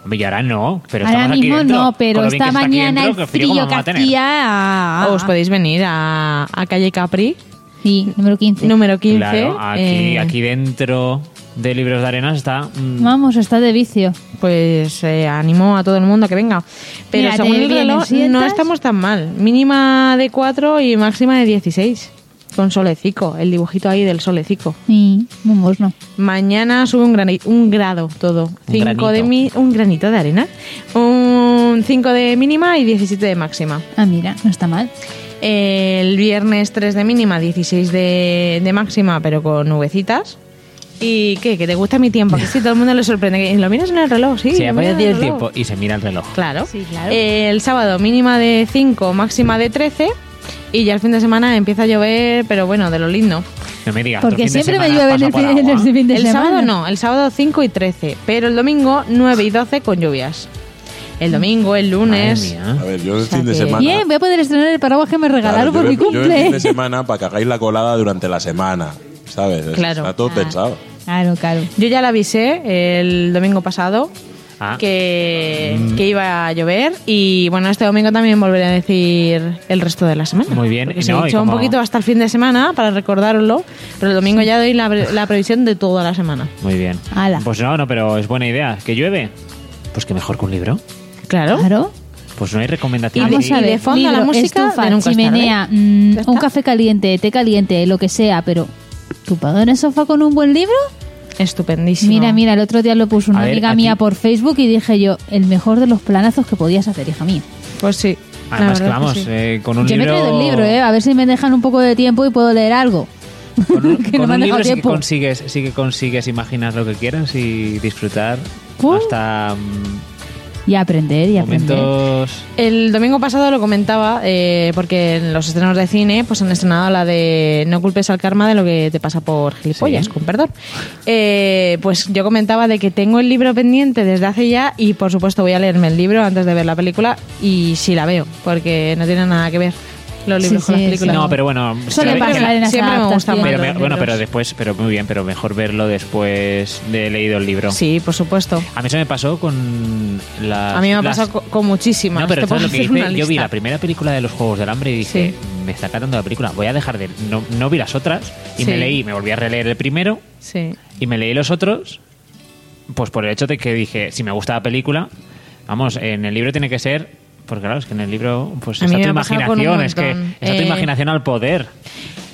S3: Hombre, y ahora no, pero
S2: Ahora
S3: estamos
S2: mismo
S3: aquí dentro.
S2: no, pero
S3: Con lo bien
S2: esta
S3: que está aquí
S2: mañana
S3: dentro,
S2: el
S3: que frío, ¿cómo
S2: frío
S3: vamos a
S2: que
S3: tener?
S4: Ya.
S2: O os podéis venir a, a calle Capri.
S4: Sí, número 15.
S2: Número 15.
S3: Claro, aquí,
S2: eh,
S3: aquí dentro de Libros de Arenas está... mm,
S4: Vamos, está de vicio.
S2: Pues eh, animo a todo el mundo a que venga. Pero
S4: Mira, te
S2: según el
S4: vienen
S2: reloj
S4: sientas.
S2: no estamos tan mal. Mínima de 4 y máxima de 16. Con solecico, el dibujito ahí del solecico.
S4: Y vamos, no.
S2: Mañana sube un, grani- un grado todo. Cinco
S3: granito.
S2: de mi- un granito de arena. Un 5 de mínima y 17 de máxima.
S4: Ah, mira, no está mal.
S2: El viernes 3 de mínima, 16 de, de máxima, pero con nubecitas. ¿Y qué? ¿Que te gusta mi tiempo? Que sí, todo el mundo le sorprende. Que lo miras en el reloj, sí.
S3: se
S2: lo
S3: aparece
S2: miras en
S3: el
S2: reloj.
S3: tiempo y se mira el reloj.
S2: Claro. El sábado mínima de 5, máxima de 13. Y ya el fin de semana empieza a llover, pero bueno, de lo lindo.
S3: No me digas.
S4: Porque
S3: ¿tu fin de
S4: siempre me
S3: semana
S4: llueve en
S3: pasa
S4: el
S3: por
S4: fin,
S3: agua?
S4: en el fin de
S2: el
S4: semana.
S2: sábado no, el sábado 5 y 13. Pero el domingo 9 y 12 con lluvias. El domingo, el lunes. eh,
S3: Madre mía.
S8: A ver, yo el fin de semana.
S4: Bien, voy a poder estrenar el paraguas que me regalaron
S8: Claro, yo
S4: por mi
S8: el- Yo el fin de
S4: cumple.
S8: semana para que hagáis la colada durante la semana. ¿Sabes? Es-
S2: Claro.
S8: Está todo
S4: Ah.
S8: pensado.
S4: Claro, claro.
S2: Yo ya la avisé el domingo pasado
S3: Ah,
S2: que, que iba a llover. Y bueno, este domingo también volveré a decir el resto de la semana.
S3: Muy bien,
S2: Porque
S3: y
S2: se
S3: no,
S2: he
S3: y
S2: hecho un
S3: como-
S2: poquito hasta el fin de semana para recordároslo. Pero el domingo ya doy la, pre- la previsión de toda la semana.
S3: Muy bien.
S4: Ala.
S3: Pues no, no, pero es buena idea. ¿Que llueve? Pues que mejor que un libro.
S2: Claro.
S4: Claro.
S3: Pues no hay
S2: Y
S3: recomendación.
S2: de-
S4: Vamos
S2: y
S4: a ver.
S2: de fondo la
S4: libro,
S2: música de
S4: estufa,
S2: nunca es tarde.
S4: chimenea, mm,
S2: Ya está.
S4: un café caliente, té caliente, lo que sea, pero ¿tumbado en el sofá con un buen libro?
S2: Estupendísimo.
S4: Mira, mira, el otro día lo puso una
S3: A ver,
S4: amiga
S3: aquí-
S4: mía por Facebook y dije yo, el mejor de los planazos que podías hacer, hija mía.
S2: Pues sí. la
S3: Además que
S2: verdad
S3: vamos,
S2: sí.
S3: eh, con un
S4: Yo me he
S3: libro...
S4: traído el libro, ¿eh? a ver si me dejan un poco de tiempo y puedo leer algo.
S3: Con un,
S4: Que
S3: con
S4: no me
S3: un
S4: han
S3: libro
S4: dejado
S3: sí que,
S4: tiempo.
S3: consigues, sí que consigues imaginar lo que quieras y disfrutar
S4: Uh.
S3: hasta mm,
S4: Y aprender, y aprender.
S3: momentos...
S2: El domingo pasado lo comentaba, eh, porque en los estrenos de cine pues han estrenado la de No culpes al karma de lo que te pasa por gilipollas,
S3: Sí.
S2: con perdón. Eh, pues yo comentaba de que tengo el libro pendiente desde hace ya y por supuesto voy a leerme el libro antes de ver la película y si la veo, porque no tiene nada que ver los
S4: Sí,
S2: libros con
S4: sí,
S2: las películas.
S4: sí.
S3: No, pero bueno...
S4: Suele
S3: que-
S4: pasar
S3: que-
S4: en las
S2: siempre me gusta
S4: adaptaciones.
S2: más
S3: Pero me-
S2: los
S3: bueno,
S2: libros.
S3: pero después, pero muy bien, pero mejor verlo después de leído el libro.
S2: Sí, por supuesto.
S3: A mí eso me pasó con las.
S2: A mí me ha
S3: las-
S2: pasado co- con muchísimas.
S3: No, pero ¿sabes
S2: Te puedo
S3: lo que
S2: hacer una
S3: hice? Yo vi
S2: lista.
S3: la primera película de los Juegos del Hambre y dije,
S2: Sí.
S3: me está tratando la película, voy a dejar de. No, no vi las otras y
S2: Sí.
S3: me leí, me volví a releer el primero
S2: Sí.
S3: y me leí los otros, pues por el hecho de que dije, si me gusta la película, vamos, en el libro tiene que ser. Porque claro, es que en el libro pues
S2: A
S3: está
S2: mí
S3: tu
S2: me ha pasado con un
S3: imaginación, es que
S2: montón.
S3: está tu
S2: Eh,
S3: imaginación al poder.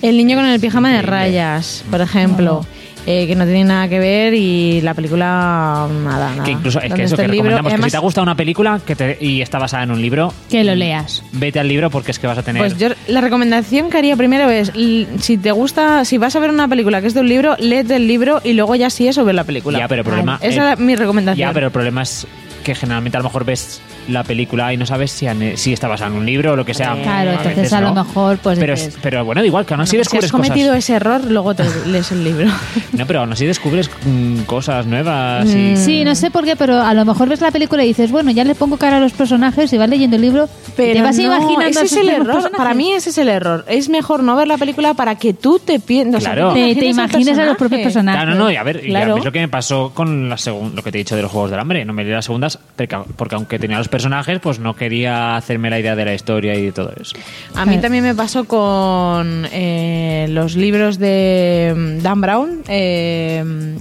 S2: El niño con el pijama de
S3: Increíble.
S2: rayas, por ejemplo, eh, que no tiene nada que ver y la película nada, nada.
S3: Que incluso es
S2: Donde
S3: que eso
S2: está
S3: que
S2: el libro,
S3: recomendamos, que si
S2: además,
S3: te ha gustado una película que te- y está basada en un libro,
S4: Que lo leas.
S3: vete al libro porque es que vas a tener
S2: pues yo la recomendación que haría primero es l- si te gusta, si vas a ver una película que es de un libro, léete el libro y luego ya sí es sobre la película.
S3: Ya, pero el problema-
S2: Esa
S3: eh,
S2: es la- mi recomendación.
S3: Ya, pero el problema es que generalmente a lo mejor ves la película y no sabes si, han- si está basada en un libro o lo que sea.
S4: Claro,
S3: A
S4: entonces
S3: veces
S4: a lo
S3: no.
S4: mejor pues
S3: Pero,
S4: dices,
S3: pero bueno, igual que aún así
S2: pues si
S3: descubres
S2: has cometido
S3: cosas.
S2: ese error, luego te lees el libro.
S3: No, pero aún así descubres mm, cosas nuevas y.
S4: Mm, Sí, no sé por qué, pero a lo mejor ves la película y dices, bueno, ya le pongo cara a los personajes y vas leyendo el libro, y te vas
S2: no,
S4: imaginando. a
S2: ese
S4: esos
S2: es el
S4: mismos
S2: error.
S4: personajes.
S2: Para mí ese es el error. Es mejor no ver la película para que tú te pienses.
S3: Claro.
S4: Te- te imagines a los propios personajes.
S3: Claro, no, y a ver, y
S2: Claro.
S3: a mí es lo que me pasó con la segun- lo que te he dicho de los Juegos del Hambre. No me leí las segundas porque, porque aunque tenía los personajes, pues no quería hacerme la idea de la historia y de todo eso.
S2: A mí también me pasó con eh, los libros de mm, Dan Brown, eh,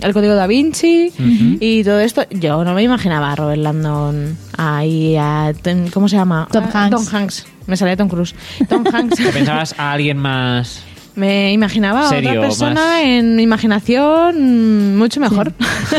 S2: El Código da Vinci y todo esto. Yo no me imaginaba a Robert Landon ahí, a, ten- ¿cómo se llama?
S4: Tom
S2: Ah,
S4: Hanks.
S2: Tom Hanks. Me salía Tom Cruise. Tom Hanks.
S3: ¿Te pensabas a alguien más?
S2: Me imaginaba a
S3: Serio,
S2: otra persona
S3: más-
S2: en mi imaginación mm, mucho mejor.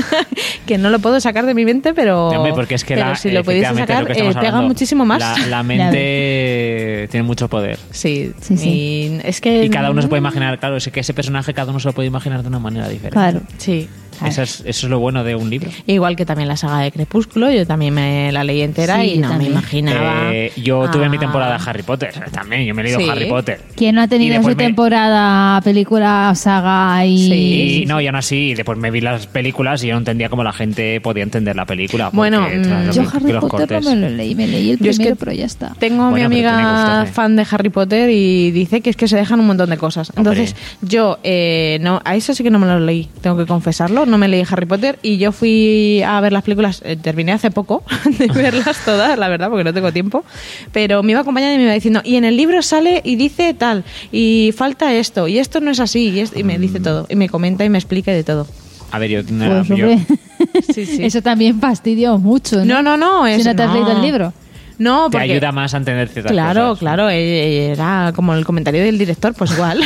S2: que no lo puedo sacar de mi mente, pero.
S3: Hombre, porque es que
S2: pero
S3: la,
S2: si lo pudiese
S3: efectivamente,
S2: sacar,
S3: lo que
S2: eh,
S3: estamos
S2: pega
S3: hablando,
S2: muchísimo más.
S3: La, la mente tiene mucho poder.
S2: Sí,
S4: Sí, sí.
S2: y es que. mm,
S3: Y cada uno se puede imaginar, claro, es que ese personaje cada uno se lo puede imaginar de una manera diferente.
S4: Claro.
S2: Sí.
S3: Eso es, eso es lo bueno de un libro.
S2: Igual que también la saga de Crepúsculo, yo también me la leí entera
S4: Sí,
S2: y
S4: yo
S2: no
S4: también.
S2: me imaginaba.
S3: Eh, yo tuve mi
S2: Ah.
S3: temporada de Harry Potter también, yo me he leído
S2: Sí.
S3: Harry Potter.
S4: ¿Quién no ha
S3: Y
S4: tenido en
S3: después
S4: su
S3: me-
S4: temporada, película, saga y...?
S3: Y no, ya no así. Y después me vi las películas y yo no entendía cómo la gente podía entender la película. porque,
S2: Bueno,
S3: tras
S2: mm,
S3: lo
S4: Yo
S3: que- que
S4: Harry
S3: los
S4: Potter
S3: cortes.
S4: no me lo leí, me leí el
S2: Yo es
S4: primero,
S2: que
S4: pero ya está.
S2: Tengo a mi
S3: Bueno, pero tiene ¿eh? que
S2: amiga
S3: gustarle.
S2: fan de Harry Potter y dice que es que se dejan un montón de cosas. Entonces, yo eh, no, a eso sí que no me lo leí, tengo que confesarlo, no me leí Harry Potter y yo fui a ver las películas, eh, terminé hace poco de verlas todas, la verdad, porque no tengo tiempo, pero me iba acompañando y me iba diciendo, y en el libro sale y dice tal, y falta esto, y esto no es así, y, es- y me
S3: Mm.
S2: dice todo, y me comenta y me explica de todo.
S3: A ver, yo,
S4: Pues,
S3: yo-
S4: hombre,
S2: Sí, sí.
S4: eso también fastidió mucho, ¿no?
S2: No, no, no.
S4: Si
S2: es-
S4: no te has leído el libro.
S2: No,
S3: te
S2: porque...
S3: ayuda más a entender ciertas
S2: Claro,
S3: cosas.
S2: claro, eh, eh, era como el comentario del director, pues igual.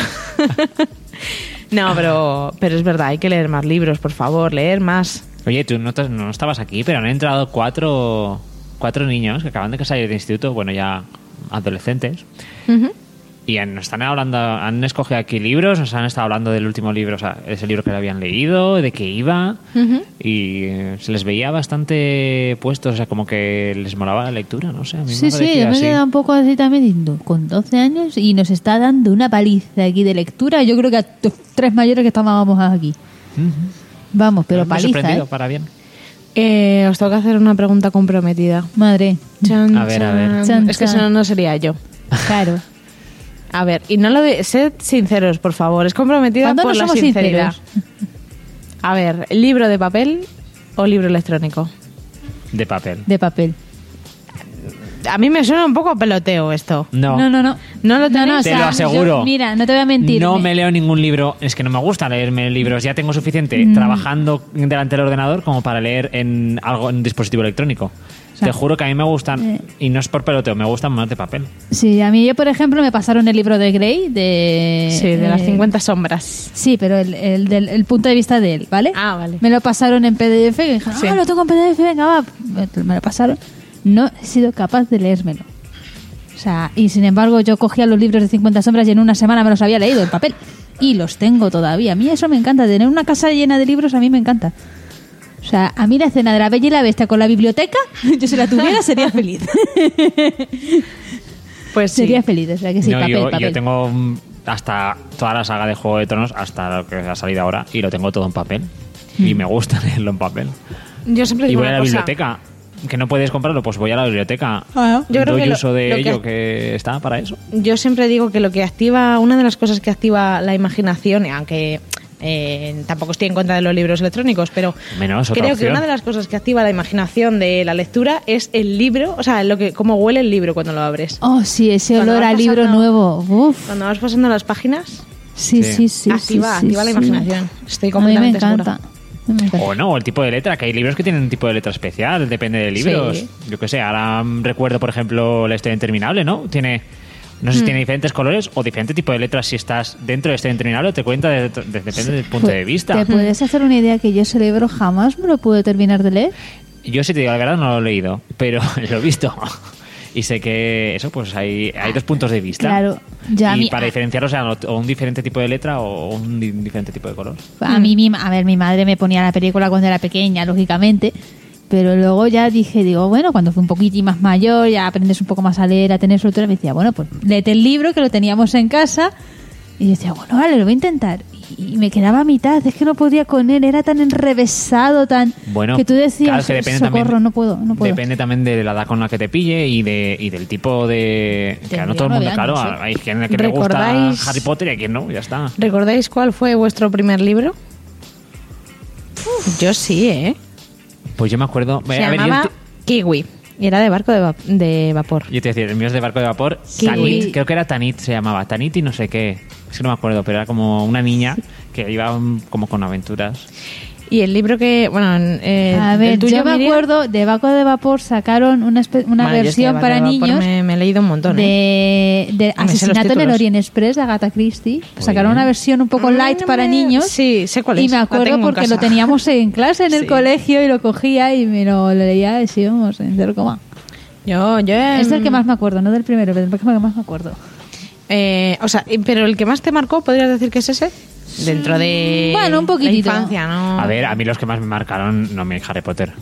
S2: no, pero, pero es verdad, hay que leer más libros, por favor, leer más.
S3: Oye, tú no, te- no estabas aquí, pero han entrado cuatro, cuatro niños que acaban de salir de instituto, bueno, ya adolescentes. Y han- nos están hablando, han escogido aquí libros, nos han estado hablando del último libro, o sea, ese libro que le habían leído, de qué iba, y eh, se les veía bastante puestos, o sea, como que les molaba la lectura, no sé. A mí
S4: Sí,
S3: me
S4: sí,
S3: parecía
S4: yo me
S3: así.
S4: quedé un poco así también diciendo, con 12 años y nos está dando una paliza aquí de lectura. Yo creo que a los tres mayores que estábamos aquí. Vamos, pero
S3: Me ha
S4: paliza,
S3: sorprendido
S4: ¿eh?
S3: para bien.
S2: Eh, os tengo que hacer una pregunta comprometida.
S4: Madre,
S2: Chan,
S3: A ver, a ver.
S2: chan.
S4: Chan,
S2: es que
S4: chan.
S2: si no, no sería yo.
S4: claro.
S2: A ver, y no lo de, sed sinceros, por favor, es comprometida
S4: ¿Cuándo
S2: por
S4: no
S2: la
S4: somos
S2: sinceridad.
S4: sinceros?
S2: A ver, libro de papel o libro electrónico.
S3: De papel.
S4: De papel.
S2: A mí me suena un poco a peloteo esto.
S3: No.
S4: No, no, no.
S2: No lo
S4: No,
S2: tenéis.
S4: no, o
S3: Te
S4: sea,
S3: lo aseguro.
S4: yo- mira, no te voy a mentir.
S3: No
S4: me-
S3: me leo ningún libro, es que no me gusta leerme libros, ya tengo suficiente
S2: Mm.
S3: trabajando delante del ordenador como para leer en algo en un dispositivo electrónico. Te juro que a mí me
S2: eh.
S3: gustan, y no es por peloteo, me gustan más de papel.
S4: Sí, a mí yo, por ejemplo, me pasaron el libro de Grey, de...
S2: Sí, de las
S4: eh,
S2: 50 sombras.
S4: Sí, pero el, el del el punto de vista de él, ¿vale?
S2: Ah, vale.
S4: Me lo pasaron en PDF, que dijeron,
S2: Sí.
S4: ah, lo tengo en PDF, venga, va. Me- Me lo pasaron. No he sido capaz de leérmelo. O sea, y sin embargo yo cogía los libros de 50 sombras y en una semana me los había leído en papel. Y los tengo todavía. A mí eso me encanta. Tener una casa llena de libros a mí me encanta. O sea, a mí la escena de la Bella y la Bestia con la biblioteca, yo si la tuviera sería feliz.
S2: Pues sí.
S4: Sería feliz, o sea que sí,
S3: No,
S4: papel,
S3: yo, yo
S4: papel.
S3: tengo mm, hasta toda la saga de Juego de Tronos, hasta lo que ha salido ahora, y lo tengo todo en papel.
S2: Mm.
S3: Y me gusta leerlo en papel.
S2: Yo siempre
S3: Y
S2: digo
S3: voy a
S2: una
S3: la
S2: cosa.
S3: biblioteca, que no puedes comprarlo, pues voy a la biblioteca.
S4: Ah,
S2: yo creo
S3: Doy
S2: que lo-
S3: uso de
S2: lo que
S3: ello
S2: ha-
S3: que está para eso.
S2: Yo siempre digo que lo que activa, una de las cosas que activa la imaginación, y aunque eh, tampoco estoy en contra de los libros electrónicos, pero
S3: Menos, otra
S2: creo que
S3: opción.
S2: una de las cosas que activa la imaginación de la lectura es el libro, o sea, lo que cómo huele el libro cuando lo abres.
S4: Oh, sí, ese
S2: Cuando
S4: olor
S2: vas
S4: a libro
S2: pasando-
S4: nuevo. Uf.
S2: Cuando vas pasando las páginas,
S4: Sí,
S3: Sí.
S4: sí, sí.
S2: activa,
S4: sí,
S2: activa
S4: sí,
S2: la
S4: sí.
S2: imaginación. Estoy
S4: A mí me
S2: completamente
S4: encanta.
S2: segura.
S4: A mí me encanta.
S3: O no, o el tipo de letra, que hay libros que tienen un tipo de letra especial, depende de libros.
S2: Sí.
S3: Yo qué sé, ahora mm, recuerdo, por ejemplo, la historia interminable, ¿no? Tiene, no
S4: Mm.
S3: sé si tiene diferentes colores o diferente tipo de letras. Si estás dentro de la historia interminable, te cuenta de- de- depende del punto de
S4: Pues,
S3: vista. Mm.
S4: ¿Te puedes hacer una idea que yo ese libro jamás me lo pude terminar de leer?
S3: Yo, si te digo la verdad, no lo he leído, pero lo he visto. Y sé que eso, pues hay, hay dos puntos de vista.
S4: Claro, ya a
S3: y
S4: mí-
S3: para diferenciarlos, o sea, o un diferente tipo de letra o un di- diferente tipo de color.
S4: A mí, mi, ma- a ver, mi madre me ponía la película cuando era pequeña, lógicamente. pero luego ya dije, digo, bueno, cuando fui un poquitín más mayor, ya aprendes un poco más a leer, a tener soltura, me decía, bueno, pues léete el libro que lo teníamos en casa. Y yo decía, bueno, vale, lo voy a intentar. Y y me quedaba a mitad, es que no podía con él, era tan enrevesado, tan...
S3: Bueno,
S4: que tú
S3: claro,
S4: decías,
S3: es que depende
S4: socorro,
S3: también-
S4: no puedo, no puedo.
S3: Depende también de la edad con la que te pille y, de, y del tipo de. Claro, no todo el mundo,
S2: nueve
S3: claro.
S2: años, ¿eh?
S3: Hay quien que le gusta
S2: ¿Recordáis?
S3: Harry Potter y a quien no, ya está.
S2: ¿Recordáis cuál fue vuestro primer libro? Yo sí, ¿eh?
S3: Pues yo me acuerdo.
S2: Se
S3: a ver, yo,
S2: llamaba
S3: te-
S2: Kiwi y era de barco de, va- de vapor.
S3: yo te decía, el mío es de barco de vapor.
S2: Sí.
S3: Tanit, creo que era Tanit se llamaba. Tanit y no sé qué. Es que no me acuerdo, pero era como una niña que iba mm, como con aventuras.
S2: Y el libro que, bueno, eh,
S4: A
S2: el
S4: ver,
S2: tuyo,
S4: yo me
S2: Miriam?
S4: acuerdo de Baco de Vapor sacaron una, espe- una
S2: Vale, yo es que
S4: versión
S2: de barco
S4: para
S2: de vapor
S4: niños
S2: Me, me he leído un montón. ¿eh?
S4: de, de
S2: Me sé los
S4: Asesinato en el
S2: títulos.
S4: Orient Express de Agatha Christie.
S3: Pues
S4: Sacaron una versión un poco light para niños.
S2: Sí, sé cuál
S4: Y
S2: es,
S4: me
S2: la tengo
S4: acuerdo
S2: en
S4: porque
S2: casa.
S4: lo teníamos en clase, en el
S2: Sí.
S4: colegio, y lo cogía y me lo leía y sí, vamos, en cero coma.
S2: Yo, yo.
S4: Es del
S2: em,
S4: que más me acuerdo, no del primero, pero del que más me acuerdo.
S2: eh, o sea, eh, pero el que más te marcó, podrías decir que es ese. Dentro de.
S4: Bueno, un poquitito.
S2: La infancia, ¿no?
S3: A ver, a mí los que más me marcaron no me Harry Potter.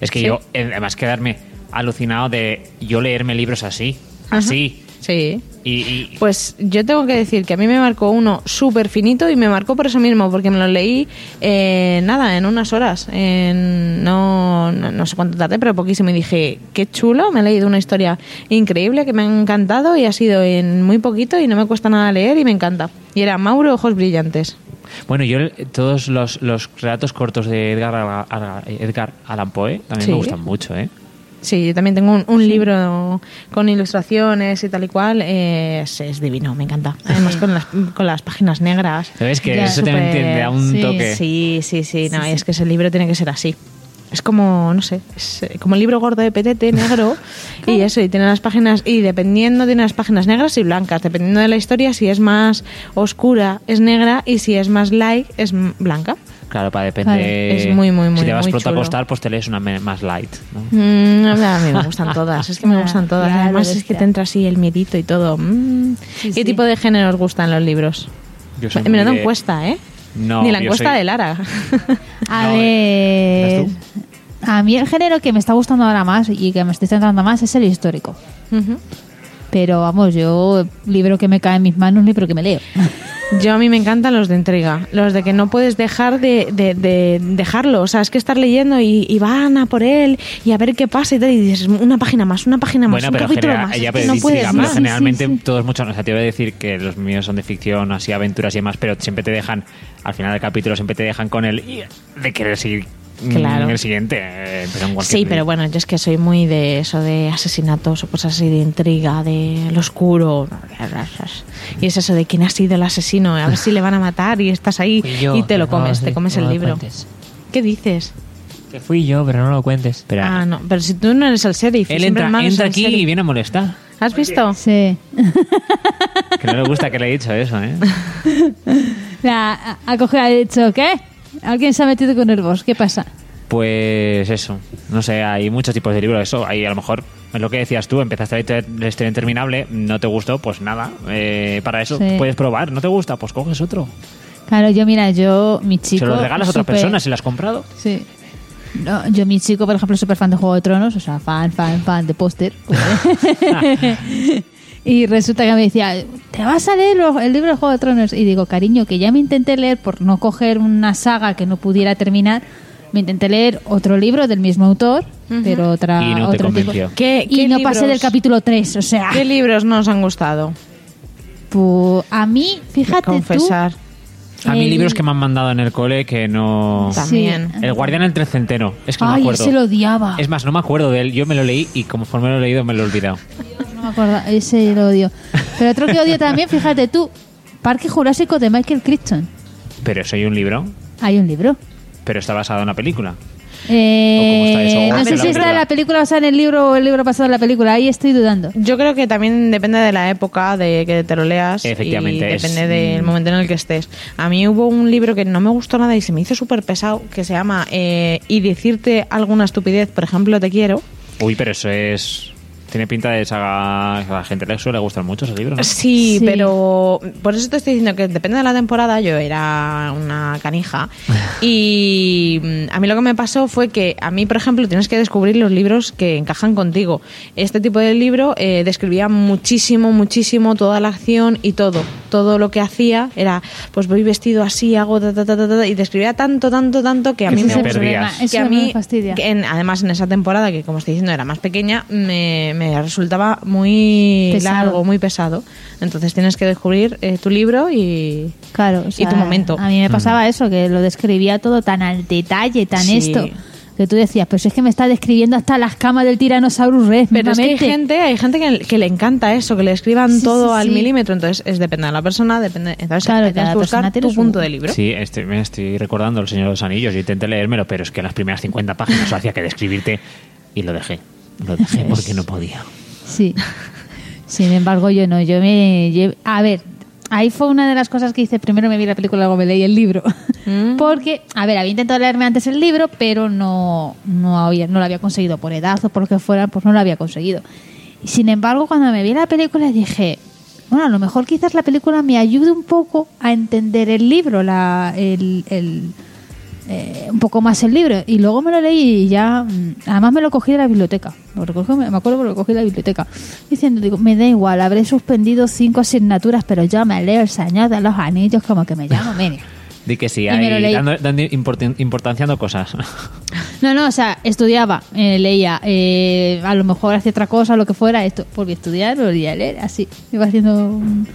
S3: Es que
S2: Sí.
S3: yo, eh, además, quedarme alucinado de yo leerme libros así.
S2: Ajá.
S3: Así.
S2: Sí.
S3: Y, y-
S2: Pues yo tengo que decir que a mí me marcó uno súper finito y me marcó por eso mismo, porque me lo leí eh, nada, en unas horas. En, no, no, no sé cuánto tardé, pero poquísimo. Y dije, qué chulo, me he leído una historia increíble que me ha encantado y ha sido en muy poquito y no me cuesta nada leer y me encanta. Y era Mauro Ojos Brillantes.
S3: Bueno, yo eh, todos los, los relatos cortos de Edgar, Ala- Ala- Edgar Allan Poe también
S2: Sí.
S3: me gustan mucho, ¿eh?
S2: Sí, yo también tengo un, un libro con ilustraciones y tal y cual. eh, es, es divino, me encanta. Además con las, con las páginas negras.
S3: ¿Sabes? Que
S2: Ya,
S3: eso también
S2: súper-
S3: te da un
S2: sí,
S3: toque.
S2: Sí, sí, sí. No,
S3: Sí,
S2: es que ese libro tiene que ser así. Es como, no sé, es eh, como el libro gordo de Petete, negro, y eso, y tiene las páginas, y dependiendo, tiene las páginas negras y blancas, dependiendo de la historia, si es más oscura, es negra, y si es más light, es m- blanca.
S3: Claro, para depender.
S2: Vale, es muy, muy, muy,
S3: Si te vas
S2: muy
S3: pronto a
S2: chulo.
S3: apostar, pues te lees una me- más light. ¿no?
S2: Mm, a mí me gustan todas, es que me gustan todas.
S4: claro,
S2: Además, es que
S4: bestia.
S2: te entra así el miedito y todo. Mm.
S4: Sí,
S2: ¿Qué
S4: sí.
S2: tipo de género os gustan los libros?
S3: Yo soy
S2: Menuda
S3: muy Pues de-
S2: encuesta, ¿eh?
S3: No,
S2: Ni la
S3: yo
S2: encuesta
S3: soy-
S2: de Lara.
S4: A
S3: eh,
S4: ver. A mí el género que me está gustando ahora más y que me estoy centrando más es el histórico.
S2: Ujú.
S4: Pero vamos, yo, libro que me cae en mis manos, libro que me leo.
S2: Yo a mí me encantan los de entrega, los de que no puedes dejar de, de- de dejarlo, o sea, es que estar leyendo y, y van a por él y a ver qué pasa y tal, y dices, una página más, una página más,
S3: Bueno,
S2: un
S3: pero,
S2: capítulo
S3: genera-
S2: más,
S3: ya,
S2: es
S3: pero
S2: que no
S3: sí,
S2: puedes
S3: sí,
S2: más.
S3: pero generalmente todos muchos, o sea, te voy a decir que los míos son de ficción, así aventuras y demás, pero siempre te dejan, al final del capítulo siempre te dejan con el "Ih", de querer seguir mm,
S2: Claro.
S3: el siguiente, eh, pero en cualquier
S2: Sí, pero bueno, yo es que soy muy de eso de asesinatos o cosas así de intriga, de lo oscuro. Y es eso de quién ha sido el asesino, a ver si le van a matar y estás ahí
S5: Fui yo,
S2: y te lo
S5: pero no
S2: comes,
S5: lo
S2: te
S5: di-
S2: comes
S5: no
S2: el
S5: lo
S2: libro.
S5: cuentes.
S2: ¿Qué dices?
S5: Que fui yo, pero no lo cuentes.
S2: Ah, no, pero si tú no eres el sheriff,
S3: Él
S2: siempre
S3: entra,
S2: manos
S3: entra
S2: al
S3: aquí
S2: sheriff.
S3: y viene a molestar.
S2: ¿Has visto?
S4: Sí.
S3: Que no le gusta que le he dicho eso, ¿eh?
S4: La, ha cogido, ha dicho, ¿qué? Alguien se ha metido con el boss, ¿qué pasa?
S3: Pues eso, no sé, hay muchos tipos de libros, eso, hay a lo mejor, es lo que decías tú, empezaste a leer la historia interminable, no te gustó, pues nada, eh, para eso
S4: Sí.
S3: puedes probar, no te gusta, pues coges otro.
S4: Claro, yo, mira, yo, mi chico.
S3: Se lo regalas a otra
S4: súper-
S3: persona si lo has comprado.
S4: Sí. No, yo, mi chico, por ejemplo, es súper fan de Juego de Tronos, o sea, fan, fan, fan de póster. y resulta que me decía, ¿te vas a leer lo- el libro de Juego de Tronos? Y digo, cariño, que ya me intenté leer por no coger una saga que no pudiera terminar. Me intenté leer otro libro del mismo autor, pero otra.
S3: Y no te
S4: otro tipo.
S3: convenció.
S2: ¿Qué-
S4: Y
S2: qué
S4: no
S2: libros-
S4: pasé del capítulo 3, o sea.
S2: ¿Qué libros nos han gustado?
S4: pu- a mí, fíjate
S2: Confesar.
S3: A mí
S4: El-
S3: libros que me han mandado en el cole que no...
S2: También.
S3: El guardián del trecenteno, es
S4: tú.
S3: que no me
S4: Ay,
S3: acuerdo.
S4: ese lo odiaba.
S3: Es más, no me acuerdo de él, yo me lo leí y conforme lo he leído me lo he olvidado.
S4: No me acuerdo, ese lo odio. Pero otro que odio también, fíjate tú, Parque Jurásico de Michael Crichton.
S3: Pero soy un libro,
S4: Hay un libro.
S3: pero está basado en una película.
S4: Eh,
S3: ¿O cómo está eso?
S4: no
S3: Ah,
S4: sé
S3: la
S4: si está
S3: película.
S4: la película basada en el libro o el libro pasado en la película, ahí estoy dudando.
S2: Yo creo que también depende de la época de que te lo leas.
S3: Efectivamente,
S2: Y
S3: es-
S2: depende del momento en el que estés. A mí hubo un libro que no me gustó nada y se me hizo súper pesado, que se llama eh, Y decirte alguna estupidez, por ejemplo, te quiero.
S3: Uy, pero eso es... Tiene pinta de saga. A la gente le suele gustar mucho ese libro, ¿no?
S2: Sí, pero por eso te estoy diciendo que depende de la temporada, yo era una canija. Y mm, a mí lo que me pasó fue que a mí, por ejemplo, tienes que descubrir los libros que encajan contigo. Este tipo de libro eh, describía muchísimo, muchísimo toda la acción y todo. Todo lo que hacía era, pues voy vestido así, hago ta, ta, ta, ta, ta, y describía tanto, tanto, tanto que a mí
S4: Ese
S2: me
S4: es el
S3: perdías.
S4: problema,
S3: Que
S4: eso
S2: que a mí,
S4: me fastidia.
S2: que en- además en esa temporada, que como estoy diciendo era más pequeña, me, me resultaba muy
S4: Pesado.
S2: largo, muy pesado. Entonces tienes que descubrir eh, tu libro y,
S4: Claro, o
S2: y
S4: sea,
S2: tu momento.
S3: Mm.
S4: A mí me pasaba eso, que lo describía todo tan al detalle, tan
S2: Sí.
S4: esto, que tú decías, pero si es que me está describiendo hasta las camas del Tyrannosaurus Rex.
S2: Pero es que hay
S4: mismamente".
S2: gente, hay gente que, que le encanta eso, que le escriban
S4: Sí,
S2: todo
S4: sí,
S2: al
S4: sí.
S2: milímetro. Entonces es depende de la persona, depende. Entonces
S4: Claro,
S2: tienes
S4: cada
S2: que buscar
S4: persona tiene
S2: tu
S4: su-
S2: punto de libro.
S3: Sí, estoy, me estoy recordando El Señor de los Anillos. Yo intenté leérmelo, pero es que las primeras 50 páginas hacía que describirte y lo dejé. Lo dejé porque no podía.
S4: Sí. Sin embargo, yo no. Yo me. lle- A ver, ahí fue una de las cosas que hice. Primero me vi la película, luego me leí el libro. Porque, a ver, había intentado leerme antes el libro, pero no, no, había, no lo había conseguido. Por edad o por lo que fuera, pues no lo había conseguido. Y Sin embargo, cuando me vi la película dije. Bueno, a lo mejor quizás la película me ayude un poco a entender el libro, la, el- el, eh, un poco más el libro. Y luego me lo leí y ya. mm, Además me lo cogí de la biblioteca. Lo recogí- me acuerdo que lo cogí de la biblioteca. Diciendo, digo, me da igual, habré suspendido cinco asignaturas, pero yo me leo el Señor de los Anillos como que me llamo Menia.
S3: Di que sí,
S4: Y me lo
S3: ahí
S4: leí.
S3: dando, dando importan- importanciando cosas.
S4: No, no, o sea, estudiaba, eh, leía, eh, a lo mejor hacía otra cosa, lo que fuera, esto, volví a estudiar, volví a leer, así. Iba haciendo un,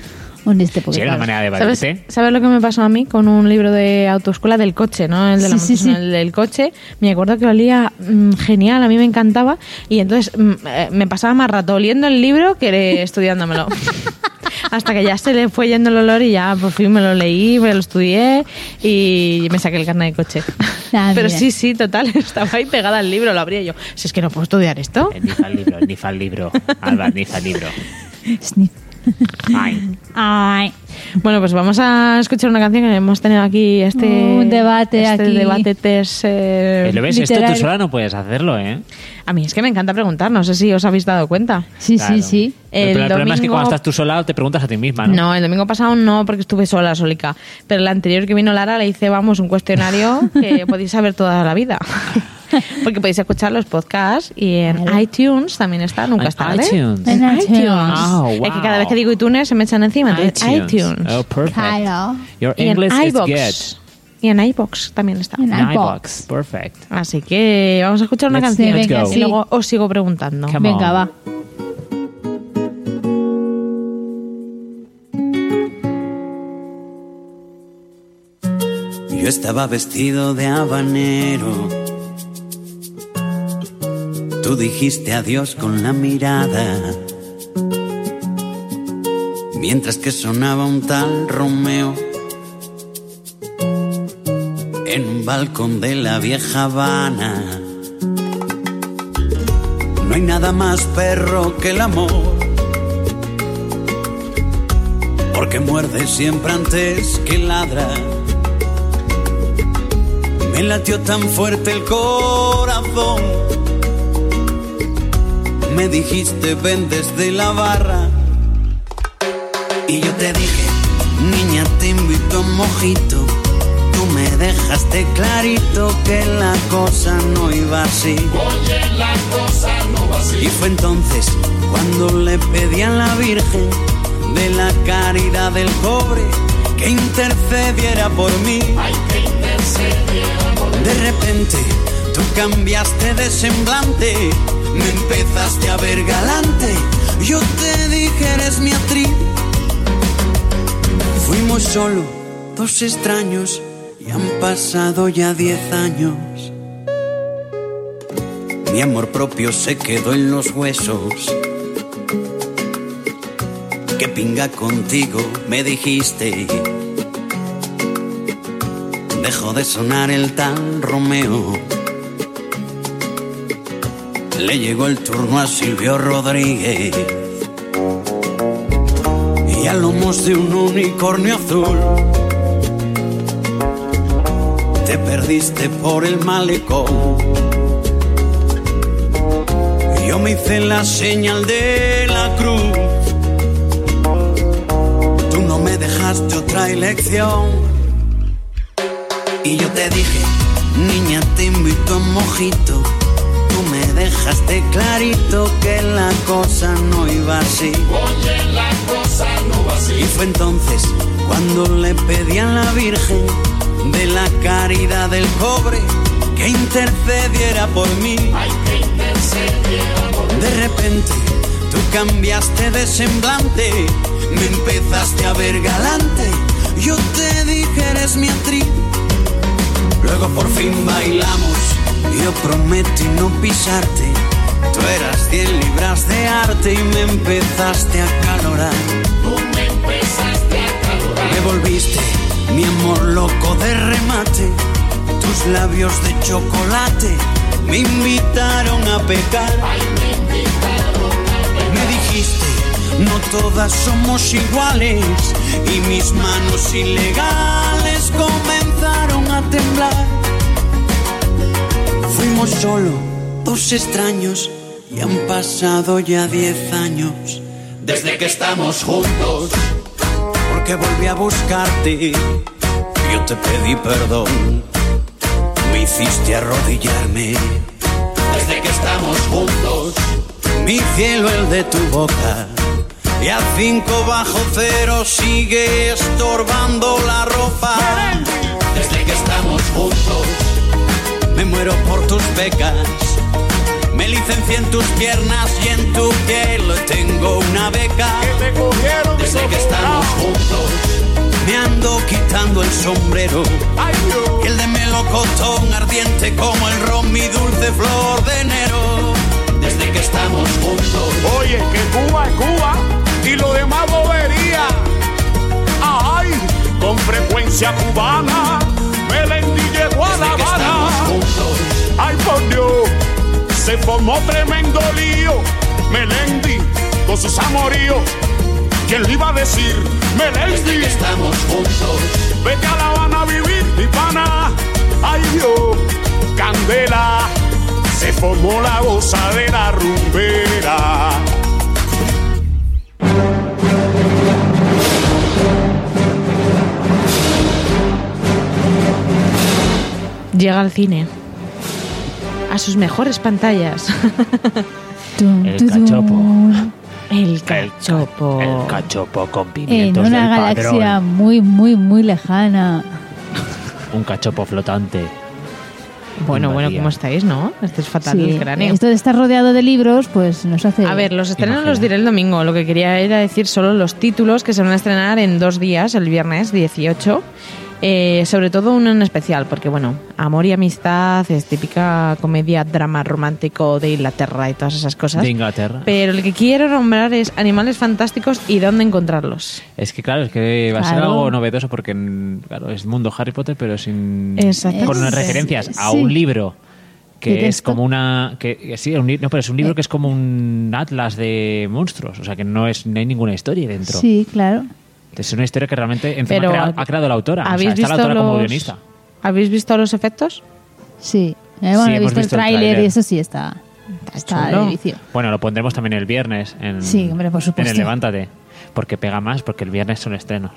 S4: un este porque,
S3: Sí, era una
S4: claro,
S3: manera de
S2: ¿Sabes,
S3: evadirte.
S2: sabes lo que me pasó a mí con un libro de autoescuela del coche, no? El de la
S4: Sí, sí,
S2: moto, sino
S4: sí.
S2: el del coche. Me acuerdo que olía mm, genial, a mí me encantaba. Y entonces mm, eh, me pasaba más rato oliendo el libro que eh, estudiándomelo. Hasta que ya se le fue yendo el olor y ya por fin me lo leí, me lo estudié y me saqué el carnet de coche.
S4: Ah,
S2: Pero
S4: mira.
S2: sí, sí, total, estaba ahí pegada al libro, lo abría y yo. Si es que no puedo estudiar esto.
S3: Nifa el libro, nifa el libro. Alba, nifa el libro.
S4: sniff.
S3: Ay.
S4: Ay.
S2: Bueno, pues vamos a escuchar una canción que hemos tenido aquí este
S4: Un debate
S2: este
S4: aquí.
S2: debate test. eh,
S3: Eh, ¿Lo ves? Esto
S4: literal.
S3: tú sola no puedes hacerlo, ¿eh?
S2: A mí es que me encanta preguntar, no sé si os habéis dado cuenta.
S4: Sí,
S3: Claro.
S4: sí, sí.
S3: El,
S2: El
S3: problema es que
S2: domingo-
S3: cuando estás tú sola te preguntas a ti misma, ¿no?
S2: No, el domingo pasado no, porque estuve sola, solica. Pero el anterior que vino Lara le hice, vamos, un cuestionario que podéis saber toda la vida. Porque podéis escuchar los podcasts y en
S4: Claro.
S2: iTunes también está, nunca
S3: En
S2: es tarde.
S3: iTunes.
S4: En iTunes.
S3: Ah,
S2: Es que
S3: wow.
S2: cada vez que digo iTunes se me echan encima. Entonces, iTunes.
S3: Oh, perfect.
S4: Claro.
S3: Your
S2: Y en
S3: English is
S2: iVoox.
S3: good.
S2: Y en iBox también está.
S4: En
S3: En
S4: iVoox.
S3: iVoox. Perfect.
S2: Así que vamos a escuchar una
S3: Let's-
S2: canción
S3: let's
S4: go.
S2: y luego os sigo preguntando.
S3: Come
S4: Venga,
S3: on.
S4: va.
S15: Yo estaba vestido de habanero. Tú dijiste adiós con la mirada. Mientras que sonaba un tal Romeo en un balcón de la vieja Habana. No hay nada más perro que el amor, porque muerde siempre antes que ladra. Me latió tan fuerte el corazón. Me dijiste ven desde la barra. Y yo te dije, niña, te invito a un mojito. Tú me dejaste clarito que la cosa no iba así. Oye, la cosa no va así. Y fue entonces cuando le pedí a la Virgen de la caridad del pobre que intercediera por mí. De repente tú cambiaste de semblante, me empezaste a ver galante. Yo te dije eres mi actriz. Fuimos solo dos extraños y han pasado ya diez años. Mi amor propio se quedó en los huesos. Que pinga contigo, me dijiste. Dejó de sonar el tal Romeo. Le llegó el turno a Silvio Rodríguez. Y a lomos de un unicornio azul. Te perdiste por el malecón. Yo me hice la señal de la cruz. Tú no me dejaste otra elección. Y yo te dije, niña, te invito a un mojito. Tú me dejaste clarito que la cosa no iba así.
S12: Oye, la cosa no va así.
S15: Y fue entonces cuando le pedí a la Virgen de la caridad del pobre que intercediera por mí. De repente tú cambiaste de semblante, me empezaste a ver galante. Yo te dije eres mi actriz. Luego por fin bailamos. Yo prometí no pisarte. Tú eras 10 libras de arte y me empezaste a calorar.
S12: me empezaste a calor.
S15: Me volviste mi amor loco de remate. Tus labios de chocolate me invitaron a pecar. Me dijiste, no todas somos iguales. Y mis manos ilegales comenzaron a temblar. Fuimos solo dos extraños y han pasado ya 10 años. Desde que estamos juntos porque volví a buscarte. Yo te pedí perdón, me hiciste arrodillarme. Desde que estamos juntos, mi cielo el de tu boca. Y a cinco bajo cero sigue estorbando la ropa. Desde que estamos juntos, me muero por tus becas. Me licencié en tus piernas y en tu piel tengo una beca. Desde que estamos juntos, me ando quitando el sombrero. Y el de melocotón ardiente como el ron, mi dulce flor de enero. Desde que estamos juntos.
S16: Oye, que Cuba es Cuba y lo demás bobería. Ay, con frecuencia cubana, Melendi llegó a La Habana. Ay, por Dios, se formó tremendo lío. Melendi con sus amoríos. ¿Quién le iba a decir? Melendi. estamos juntos. Vete a La Habana a vivir, mi pana. Ay, Dios, candela. Se formó la gozadera rumbera.
S2: Llega al cine. A sus mejores pantallas.
S3: El cachopo.
S2: El cachopo.
S3: El cachopo con
S4: En
S3: pimientos
S4: una
S3: del
S4: galaxia
S3: padrón.
S4: muy, muy, muy lejana.
S3: Un cachopo flotante.
S2: Bueno, bueno,
S3: Invadía.
S2: ¿cómo estáis, no? Este es fatal
S4: Sí,
S2: el cráneo.
S4: Esto de estar rodeado de libros, pues nos hace.
S2: A ver, los estrenos
S4: Imagina.
S2: los diré el domingo. Lo que quería era decir solo los títulos que se van a estrenar en dos días, el viernes 18. Eh, sobre todo uno en especial, porque bueno, Amor y Amistad es típica comedia, drama romántico de Inglaterra y todas esas cosas.
S3: De Inglaterra.
S2: Pero el que quiero nombrar es Animales Fantásticos y dónde encontrarlos.
S3: Es que claro, es que va a ser
S2: Claro.
S3: algo novedoso porque mm, claro, es mundo Harry Potter, pero sin
S2: Exactamente.
S3: con unas referencias a
S2: Sí.
S3: un libro
S2: De
S3: que es
S2: texto.
S3: como una que que sí, un li- no, pero es un
S2: Eh.
S3: libro que es como un atlas de monstruos, o sea que no es no hay ninguna historia dentro.
S4: Sí, claro.
S3: Es una historia que realmente encima
S2: Pero,
S3: ha, creado, ha creado la autora, o sea,
S2: ¿habéis
S3: está la
S2: visto
S3: autora como
S2: los-
S3: guionista.
S2: ¿Habéis visto los efectos?
S4: Sí. Eh, bueno,
S3: Sí,
S4: he
S3: hemos visto
S4: visto, el
S3: el
S4: tráiler
S3: tráiler.
S4: y eso sí está. Está
S2: chulo.
S4: de vicio.
S3: Bueno, lo pondremos también el viernes en
S4: Sí, hombre, por
S3: en
S4: supuesto.
S3: el Levántate, porque pega más porque el viernes son estrenos.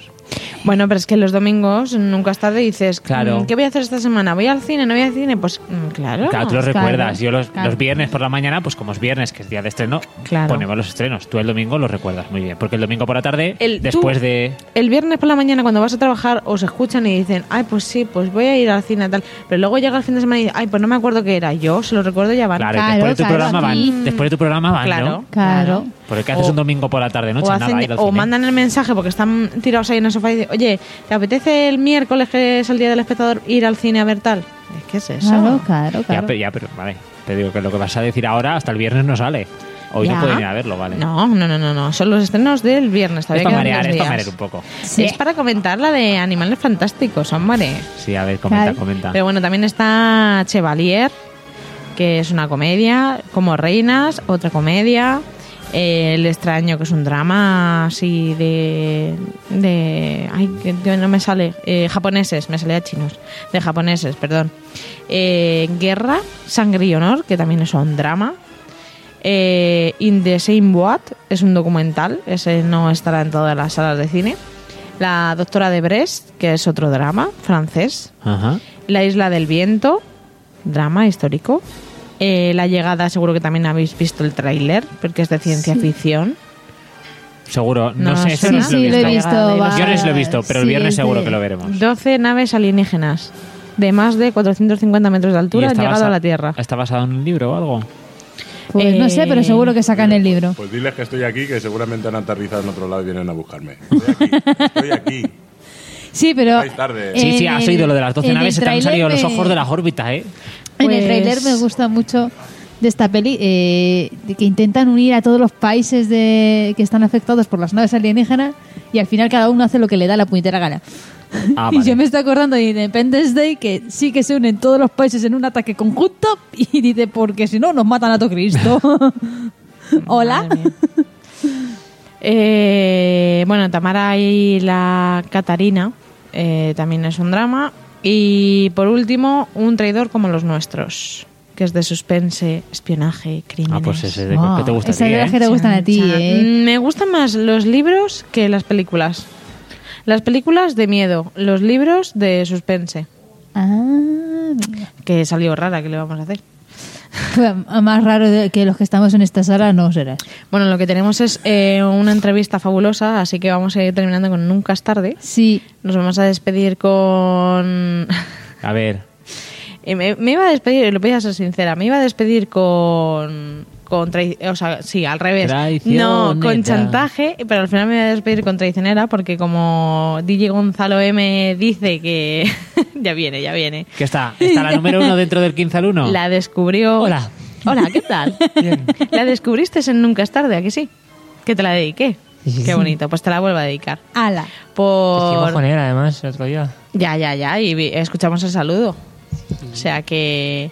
S2: Bueno, pero es que los domingos nunca es tarde y dices,
S3: Claro.
S2: "Mm, ¿qué voy a hacer esta semana? ¿Voy al cine? ¿No voy al cine? Pues mm,
S4: Ah,
S2: claro.
S3: Claro, tú los recuerdas. Yo los,
S2: claro.
S3: los viernes por la mañana, pues como es viernes, que es día de estreno,
S2: Claro.
S3: ponemos los estrenos. Tú el domingo los recuerdas muy bien. Porque el domingo por la tarde,
S2: El-
S3: después
S2: tú-
S3: de...
S2: El viernes por la mañana cuando vas a trabajar os escuchan y dicen, ay, pues sí, pues voy a ir al cine tal. Pero luego llega el fin de semana y dicen, ay, pues no me acuerdo qué era. Yo se lo recuerdo y ya van.
S3: Claro, después de tu programa van. Después de tu programa van,
S2: Claro,
S3: ¿no?
S2: claro.
S3: Porque ¿qué haces
S2: O-
S3: un domingo por la tarde, noche?
S2: o,
S3: Nada,
S2: hacen-
S3: ir al
S2: o
S3: cine.
S2: mandan el mensaje porque están tirados ahí en el sofá y dicen, oye, ¿te apetece el miércoles, que es el día del espectador, ir al cine a ver tal? Es que es eso.
S4: Claro, claro,
S3: Ya,
S4: claro.
S3: pero, ya, pero, vale. Te digo que lo que vas a decir ahora, hasta el viernes no sale. Hoy
S2: Ya.
S3: no pueden ir a verlo, ¿vale?
S2: No, no, no, no, no. Son los estrenos del viernes.
S3: Es
S2: Todavía
S3: para
S2: quedan
S3: marear,
S2: dos
S3: es para
S2: días.
S3: marear un poco.
S2: Es para comentar la de Animales Fantásticos, hombre.
S3: Sí, a ver, comenta,
S2: Claro.
S3: comenta.
S2: Pero bueno, también está Chevalier, que es una comedia, como Reinas, otra comedia. eh, El extraño, que es un drama así de. de ay, que que no me sale. eh, japoneses, me salía chinos. De japoneses, perdón. Eh, Guerra, Sangre y Honor, que también es un drama. Eh, In the Same Boat es un documental, ese no estará en todas las salas de cine. La Doctora de Brest, que es otro drama francés.
S3: Ajá.
S2: La Isla del Viento, drama histórico. Eh, la Llegada, seguro que también habéis visto el tráiler, porque es de ciencia
S3: Sí.
S2: ficción.
S3: Seguro, no,
S2: No,
S3: sé. eso
S2: sí,
S3: no
S2: sí, lo he visto, va.
S3: Yo no lo he visto, pero el viernes
S2: Siguiente.
S3: seguro que lo veremos.
S2: 12 naves alienígenas de más de 450 metros de
S3: ¿Y
S2: altura han
S3: está
S2: llegado
S3: basa-
S2: a la Tierra.
S3: ¿Está basado en un libro o algo?
S4: Pues no sé, pero seguro que sacan el libro.
S8: Pues diles que estoy aquí, que seguramente han aterrizado en otro lado y vienen a buscarme. Estoy aquí, estoy aquí.
S4: Sí, pero.
S8: Vais tarde.
S4: en
S3: Sí, sí, has
S4: el-
S3: oído lo de las 12
S4: en
S3: naves,
S4: el
S3: se te han
S4: tráiler
S3: salido los
S4: me-
S3: ojos de las órbitas, ¿eh?
S4: En el
S2: Pues-
S4: trailer me gusta mucho de esta peli eh, de que intentan unir a todos los países de, que están afectados por las naves alienígenas y al final cada uno hace lo que le da la puñetera gana.
S3: Ah,
S4: y
S3: vale.
S4: yo me estoy acordando de Independence Day que sí que se unen todos los países en un ataque conjunto y dice porque si no nos matan a todo Cristo. Hola.
S2: Eh, bueno, Tamara y la Catarina eh, también es un drama. Y por último, Un traidor como los nuestros, que es de suspense, espionaje, crímenes.
S3: Ah, pues ese de que te gusta
S4: Esas
S3: a ti,
S4: de
S3: ¿eh?
S4: las que te gustan a ti,
S2: Chan,
S4: ¿eh?
S2: chan. Me gustan más los libros que las películas. Las películas de miedo, los libros de suspense.
S4: Ah, mira.
S2: Que salió rara, ¿qué le vamos a hacer?
S4: Fue Pues, más raro de- que los que estamos en esta sala no será.
S2: Bueno, lo que tenemos es eh, una entrevista fabulosa, así que vamos a ir terminando con Nunca es tarde.
S4: Sí.
S2: Nos vamos a despedir con...
S3: A ver,
S2: Eh, me, me iba a despedir, lo voy a ser sincera, me iba a despedir con... con trai- o sea, sí, al revés. No, con
S3: Traicionera.
S2: chantaje, pero al final me voy a despedir con traicionera porque como DJ Gonzalo M dice que... ya viene, ya viene.
S3: ¿qué está? ¿Está la número uno dentro del 15 al 1?
S2: La descubrió... Hola. Hola, ¿qué tal? La descubriste en Nunca es tarde, ¿a que sí? Que te la dediqué. Qué bonito, pues te la vuelvo a dedicar.
S4: Ala.
S2: Por...
S3: E,
S5: Bajo negra, además, el otro día.
S2: Ya, ya, ya, y vi- escuchamos el saludo. O sea que.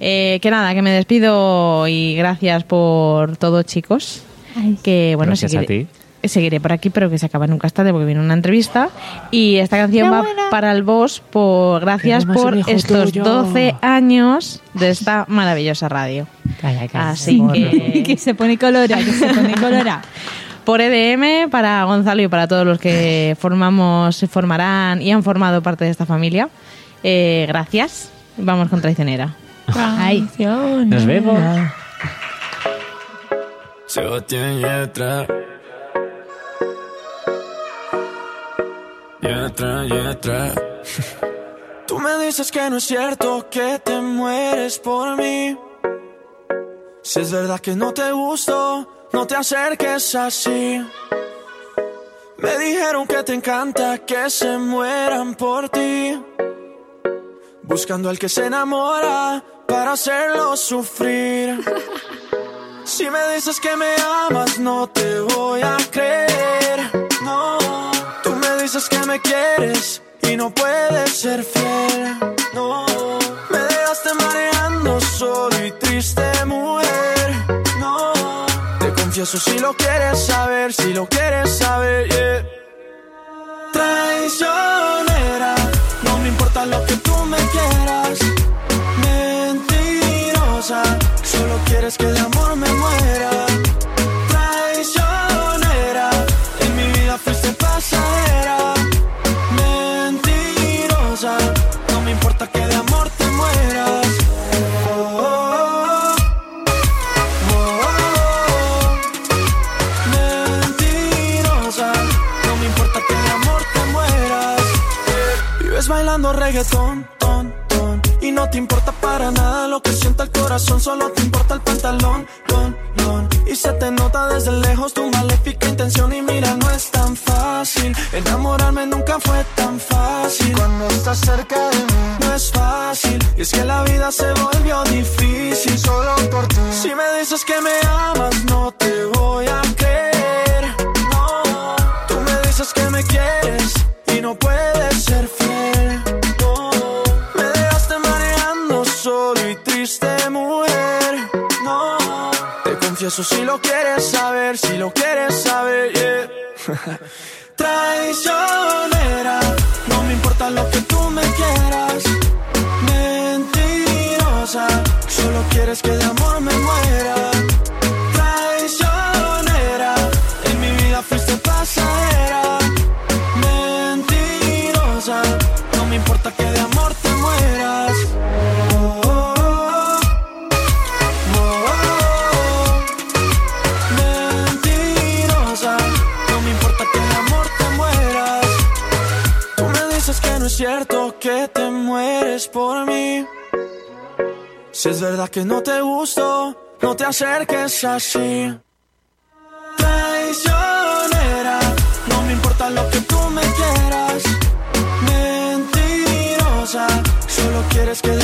S2: eh, que nada, que me despido y gracias por todo, chicos. Que bueno,
S3: Gracias a
S2: seguiré, seguiré por aquí, pero que se acaba nunca es tarde porque viene una entrevista. Y esta canción va para el boss. Por, gracias
S5: Queremos
S2: por
S5: un hijo
S2: estos
S5: tuyo.
S2: 12 años de esta maravillosa radio. Así que.
S4: que se pone colora, que se pone colora.
S2: Por EDM, para Gonzalo y para todos los que formamos, se formarán y han formado parte de esta familia. Eh, gracias. Vamos con Traicionera.
S4: Ay.
S3: Nos vemos.
S11: Sebastián Yatra. Yatra, Yatra.
S17: Tú me dices que no es cierto que te mueres por mí. Si es verdad que no te gusto, no te acerques así. Me dijeron que te encanta que se mueran por ti. Buscando al que se enamora para hacerlo sufrir. Si me dices que me amas, no te voy a creer. No, tú me dices que me quieres y no puedes ser fiel. No, me dejaste mareando solo y triste, mujer. No, te confieso si lo quieres saber, si lo quieres saber, yeah. Traicionera, no me importa lo que tú me quieras. Mentirosa, solo quieres que el amor me muera. Traicionera, en mi vida fuiste pasajera. Mentirosa, no me importa que de amor te mueras. Oh, oh, oh. Oh, oh, oh. Mentirosa, no me importa que de amor te mueras. Vives bailando reggaetón, ton, ton. Y no te importa para nada lo que sienta el corazón, solo te importa el pantalón, don, don. Y se te nota desde lejos tu maléfica intención. Y mira, no es tan fácil. Enamorarme nunca fue tan fácil. Cuando estás cerca de mí, no es fácil. Y es que la vida se volvió difícil solo por ti. Si me dices que me amas, no te voy a creer. No, tú me dices que me quieres y no puedes ser fiel. No, me dejaste mareando solo y triste, mujer. No, te confieso si lo quieres saber, si lo quieres saber, yeah. Traicionera, no me importa lo que tú me quieras. Mentirosa, solo quieres que de amor me muera. Oh, oh. que te mueres por mí. Si es verdad que no te gusto, no te acerques así. Traicionera, no me importa lo que tú me quieras. Mentirosa, solo quieres que Oh,